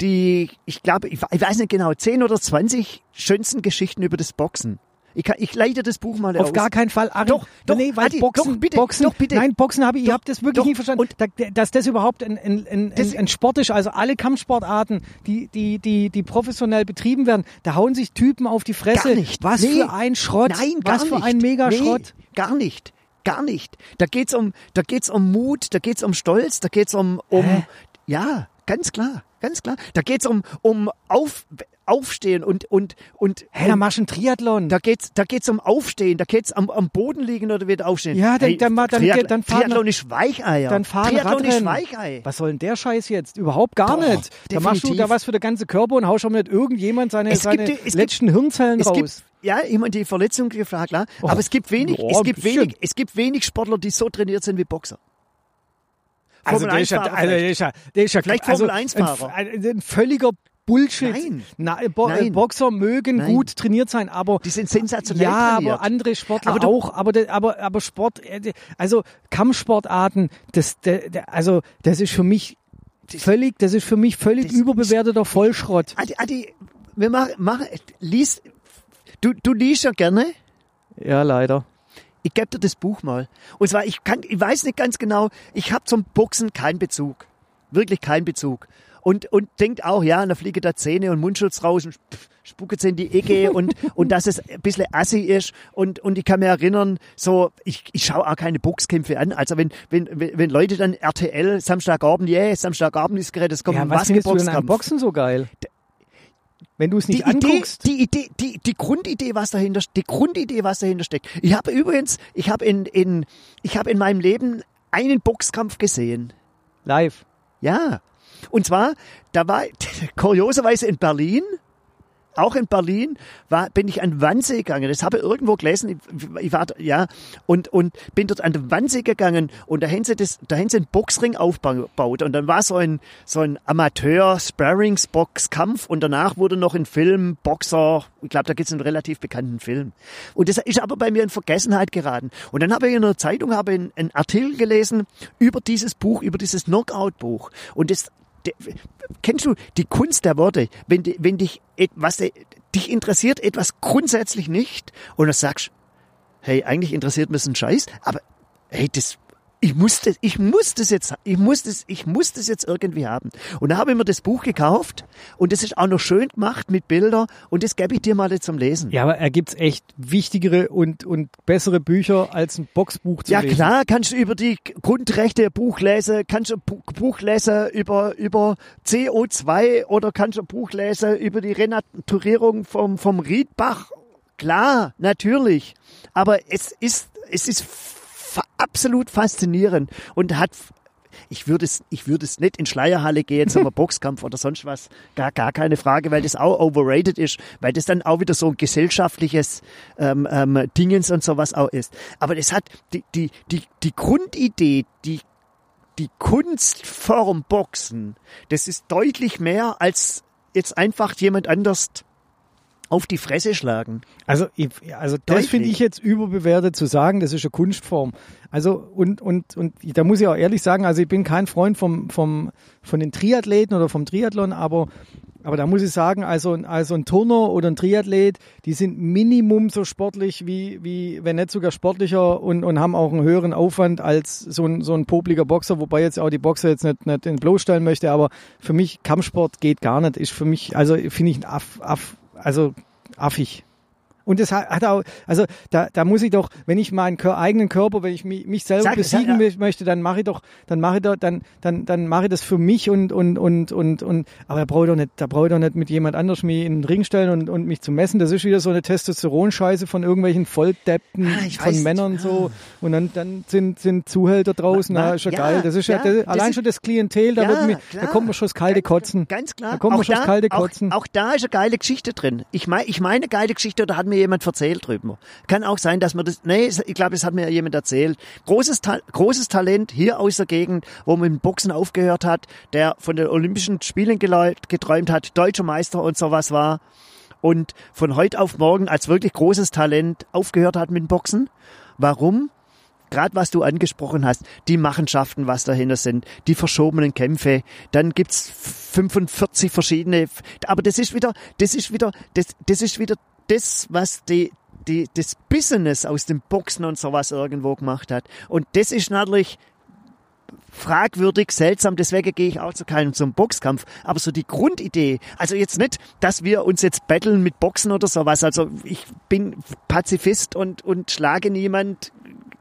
Speaker 1: die, ich glaube, ich we- ich weiß nicht genau, 10 oder 20 schönsten Geschichten über das Boxen. Ich, kann, ich leite das Buch mal aus.
Speaker 2: Auf gar keinen Fall. Ari,
Speaker 1: Doch, doch,
Speaker 2: nee, weil
Speaker 1: Adi,
Speaker 2: Boxen,
Speaker 1: doch, bitte,
Speaker 2: Boxen,
Speaker 1: doch, bitte.
Speaker 2: Nein, Boxen habe ich, ihr
Speaker 1: Doch,
Speaker 2: habt das wirklich
Speaker 1: doch.
Speaker 2: nie verstanden.
Speaker 1: Und-
Speaker 2: Da, dass das überhaupt ein, ein, ein,
Speaker 1: Das-
Speaker 2: ein, ein Sport ist, also alle Kampfsportarten, die, die, die, die professionell betrieben werden, da hauen sich Typen auf die Fresse.
Speaker 1: Gar nicht.
Speaker 2: Was
Speaker 1: Nee.
Speaker 2: für ein Schrott.
Speaker 1: Nein, gar
Speaker 2: Was für
Speaker 1: nicht.
Speaker 2: ein Megaschrott.
Speaker 1: Nee, gar nicht. Gar nicht. Da geht's um, da geht's um Mut, da geht's um Stolz, da geht's um, um,
Speaker 2: Hä?
Speaker 1: ja, ganz klar, ganz klar. Da geht's um, um auf, Aufstehen und, und, und,
Speaker 2: Hey, da machst du einen Triathlon.
Speaker 1: da geht's, da geht's um Aufstehen, da geht's am, am Boden liegen oder wieder aufstehen.
Speaker 2: Ja, dann- dann ma- dann-
Speaker 1: Triathlon,
Speaker 2: dann fahren-
Speaker 1: Triathlon ist Weicheier.
Speaker 2: dann fahren
Speaker 1: Triathlon ist
Speaker 2: Radrennen.
Speaker 1: Weichei.
Speaker 2: Was soll denn der Scheiß jetzt? Überhaupt gar
Speaker 1: Doch,
Speaker 2: nicht. Da machst du
Speaker 1: definitiv.
Speaker 2: da was für den ganzen Körper und haust schon nicht irgendjemand seine,
Speaker 1: Es gibt
Speaker 2: seine
Speaker 1: die- es gibt-
Speaker 2: letzten Hirnzellen
Speaker 1: Es
Speaker 2: raus. Oh.
Speaker 1: gibt, ja, ich meine, die Verletzung, die Frage, klar. aber es gibt wenig,
Speaker 2: ja,
Speaker 1: es
Speaker 2: ein
Speaker 1: gibt
Speaker 2: bisschen.
Speaker 1: wenig, es gibt wenig Sportler, die so trainiert sind wie Boxer.
Speaker 2: Also der ist, ja,
Speaker 1: Formel-1-Fahrer
Speaker 2: also der ist ja, der ist ja
Speaker 1: Vielleicht
Speaker 2: also
Speaker 1: Formel-1-Fahrer.
Speaker 2: Ein, ein, ein völliger Bullshit.
Speaker 1: Nein.
Speaker 2: Na, Bo
Speaker 1: Nein.
Speaker 2: Boxer mögen
Speaker 1: Nein.
Speaker 2: gut trainiert sein, aber
Speaker 1: Die sind sensationell
Speaker 2: ja,
Speaker 1: trainiert.
Speaker 2: aber andere Sportler
Speaker 1: Aber du-
Speaker 2: auch, aber der- aber aber Sport, äh, also Kampfsportarten, das, der, der, also das ist für mich völlig, das ist für mich völlig
Speaker 1: das-
Speaker 2: überbewerteter Vollschrott.
Speaker 1: Adi, Adi, wir machen, machen, lies, du, du liest ja gerne.
Speaker 2: Ja, leider.
Speaker 1: Ich gebe dir das Buch mal. Und zwar, ich kann, ich weiß nicht ganz genau, ich habe zum Boxen keinen Bezug. Wirklich keinen Bezug. Und, und denkt auch, ja, da fliege da Zähne und Mundschutz raus und pff, spucke in die Ecke und, und dass es ein bisschen assi ist. Und, und ich kann mir erinnern, so, ich, ich schaue auch keine Boxkämpfe an. Also wenn, wenn, wenn wenn Leute dann RTL, Samstagabend, yeah, Samstagabend ist gerade, es kommt
Speaker 2: Ja,
Speaker 1: ein
Speaker 2: was findest du denn am
Speaker 1: Maskenboxkampf.
Speaker 2: Boxen so geil? Wenn du es
Speaker 1: die
Speaker 2: nicht
Speaker 1: Idee,
Speaker 2: anguckst.
Speaker 1: die Idee, die, die Grundidee, was dahinter, die Grundidee, was dahinter steckt. Ich habe übrigens, ich habe in, in, ich habe in meinem Leben einen Boxkampf gesehen.
Speaker 2: live.
Speaker 1: Ja. Und zwar, da war, kurioserweise in Berlin, auch in Berlin, war, bin ich an den Wannsee gegangen. Das habe ich irgendwo gelesen. Ich, ich war, da- ja, und, und bin dort an den Wannsee gegangen und da haben sie das, da haben sie einen Boxring aufgebaut und dann war so ein, so ein Amateur-Sparrings-Boxkampf und danach wurde noch ein Film Boxer, ich glaube, da gibt es einen relativ bekannten Film. Und das ist aber bei mir in Vergessenheit geraten. Und dann habe ich in einer Zeitung habe ich einen, einen Artikel gelesen über dieses Buch, über dieses Knockout-Buch. Und das, de- kennst du die Kunst der Worte? Wenn, di- wenn dich etwas, dich interessiert etwas grundsätzlich nicht und du sagst, hey, eigentlich interessiert mich das ein Scheiß, aber hey, das, ich muss das, ich muss das jetzt, ich muss das, ich muss das jetzt irgendwie haben. Und da habe ich mir das Buch gekauft und das ist auch noch schön gemacht mit Bilder und das gebe ich dir mal zum Lesen.
Speaker 2: Ja, aber er gibt's echt wichtigere und, und bessere Bücher als ein Boxbuch zu
Speaker 1: Ja
Speaker 2: lesen.
Speaker 1: klar, kannst du über die Grundrechte Buch lesen, kannst du Bu- Buch lesen über, über CO2 oder kannst du Buch lesen über die Renaturierung vom, vom Riedbach. Klar, natürlich. Aber es ist, es ist fa- absolut faszinierend und hat, ich würde es, ich würde es nicht in Schleierhalle gehen zum Boxkampf oder sonst was. Gar, gar keine Frage, weil das auch overrated ist, weil das dann auch wieder so ein gesellschaftliches ähm, ähm, Dingens und sowas auch ist. Aber das hat die, die, die, die Grundidee, die, die Kunstform Boxen, das ist deutlich mehr als jetzt einfach jemand anders auf die Fresse schlagen.
Speaker 2: Also, ich- also das
Speaker 1: Deutlich.
Speaker 2: finde ich jetzt überbewertet zu sagen, das ist eine Kunstform. Also und und und da muss ich auch ehrlich sagen, also ich bin kein Freund vom vom von den Triathleten oder vom Triathlon, aber aber da muss ich sagen, also ein- also ein Turner oder ein Triathlet, die sind minimum so sportlich wie wie wenn nicht sogar sportlicher und und haben auch einen höheren Aufwand als so ein so ein popliger Boxer, wobei jetzt auch die Boxer jetzt nicht nicht in den bloßstellen möchte, aber für mich Kampfsport geht gar nicht, ist für mich also finde ich ein Aff, Aff, also affig. Und das hat hat auch, also da, da muss ich doch, wenn ich meinen Kör, eigenen Körper, wenn ich mich, mich selber
Speaker 1: Sag- sag-
Speaker 2: besiegen mö- möchte, dann mache ich doch, dann mache ich doch, dann, dann, dann mache ich das für mich und und und und und. Aber da brauche ich doch nicht, da brauche ich doch nicht mit jemand anders mich in den Ring stellen und, und mich zu messen. Das ist wieder so eine Testosteron-Scheiße von irgendwelchen Volldeppten,
Speaker 1: Ah, ich
Speaker 2: von
Speaker 1: weiß.
Speaker 2: Männern so. Und dann, dann sind sind Zuhälter draußen.
Speaker 1: Ma- ma-
Speaker 2: Na, ist ja,
Speaker 1: ja,
Speaker 2: geil. Das ist ja,
Speaker 1: ja,
Speaker 2: das,
Speaker 1: das
Speaker 2: allein
Speaker 1: ist-
Speaker 2: schon das Klientel. Da,
Speaker 1: Ja,
Speaker 2: wird mir, da
Speaker 1: klar.
Speaker 2: kommt man schon das kalte Kotzen.
Speaker 1: Ganz klar.
Speaker 2: Da kommt man schon das kalte Kotzen.
Speaker 1: Auch, auch da ist eine geile Geschichte drin. Ich, mein, ich meine geile Geschichte, da hat mir jemand erzählt drüber. Kann auch sein, dass man das, nee, ich glaube, das hat mir jemand erzählt. Großes, Ta großes Talent hier aus der Gegend, wo man im Boxen aufgehört hat, der von den Olympischen Spielen geläu- geträumt hat, deutscher Meister und sowas war und von heute auf morgen als wirklich großes Talent aufgehört hat mit dem Boxen. Warum? Gerade was du angesprochen hast, die Machenschaften, was dahinter sind, die verschobenen Kämpfe, dann gibt's 45 verschiedene, aber das ist wieder, das ist wieder, das, das ist wieder das, was die, die, das Business aus dem Boxen und sowas irgendwo gemacht hat. Und das ist natürlich fragwürdig, seltsam, deswegen gehe ich auch zu keinem zum Boxkampf. Aber so die Grundidee, also jetzt nicht, dass wir uns jetzt betteln mit Boxen oder sowas. Also ich bin Pazifist und, und schlage niemand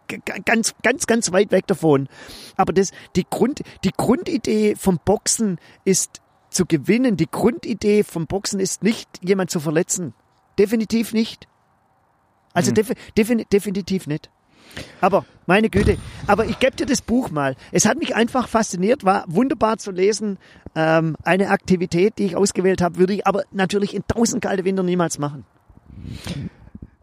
Speaker 1: g- g- ganz, ganz, ganz weit weg davon. Aber das, die Grund, die Grundidee vom Boxen ist zu gewinnen. Die Grundidee vom Boxen ist nicht, jemand zu verletzen. Definitiv nicht. Also defi- defini- definitiv nicht. Aber, meine Güte, aber ich gebe dir das Buch mal. Es hat mich einfach fasziniert, war wunderbar zu lesen. Ähm, eine Aktivität, die ich ausgewählt habe, würde ich aber natürlich in tausend kalte Winter niemals machen.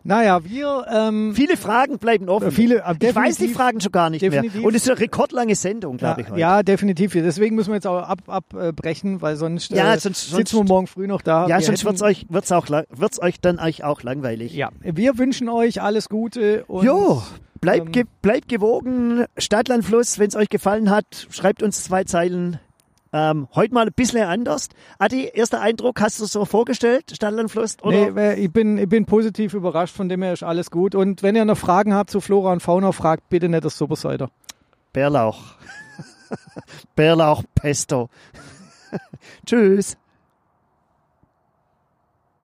Speaker 2: Naja, wir, ähm,
Speaker 1: Viele Fragen bleiben offen.
Speaker 2: Viele, aber
Speaker 1: ich weiß die
Speaker 2: definitiv-
Speaker 1: Fragen schon gar nicht
Speaker 2: definitiv.
Speaker 1: mehr. Und es ist eine rekordlange Sendung, glaube ich,
Speaker 2: ja,
Speaker 1: heute.
Speaker 2: ja, definitiv. Deswegen müssen wir jetzt auch abbrechen, ab, äh, brechen, weil sonst,
Speaker 1: Ja,
Speaker 2: äh,
Speaker 1: sonst-
Speaker 2: sitzen wir
Speaker 1: sonst-
Speaker 2: morgen früh noch da.
Speaker 1: ja
Speaker 2: Wir
Speaker 1: sonst
Speaker 2: hätten-
Speaker 1: wird's euch, wird's auch, lang- wird's euch dann euch auch langweilig.
Speaker 2: Ja, wir wünschen euch alles Gute und
Speaker 1: Jo, bleibt,
Speaker 2: ähm,
Speaker 1: ge bleibt gewogen. Stadtlandfluss, wenn es euch gefallen hat, schreibt uns zwei Zeilen. Ähm, heute mal ein bisschen anders. Adi, erster Eindruck, hast du so vorgestellt, Stadtlandfluss? Oder?
Speaker 2: Nee, ich bin, ich bin positiv überrascht, von dem her ist alles gut. Und wenn ihr noch Fragen habt zu Flora und Fauna, fragt bitte nicht das Superseiter.
Speaker 1: Bärlauch. Bärlauch Pesto. Tschüss.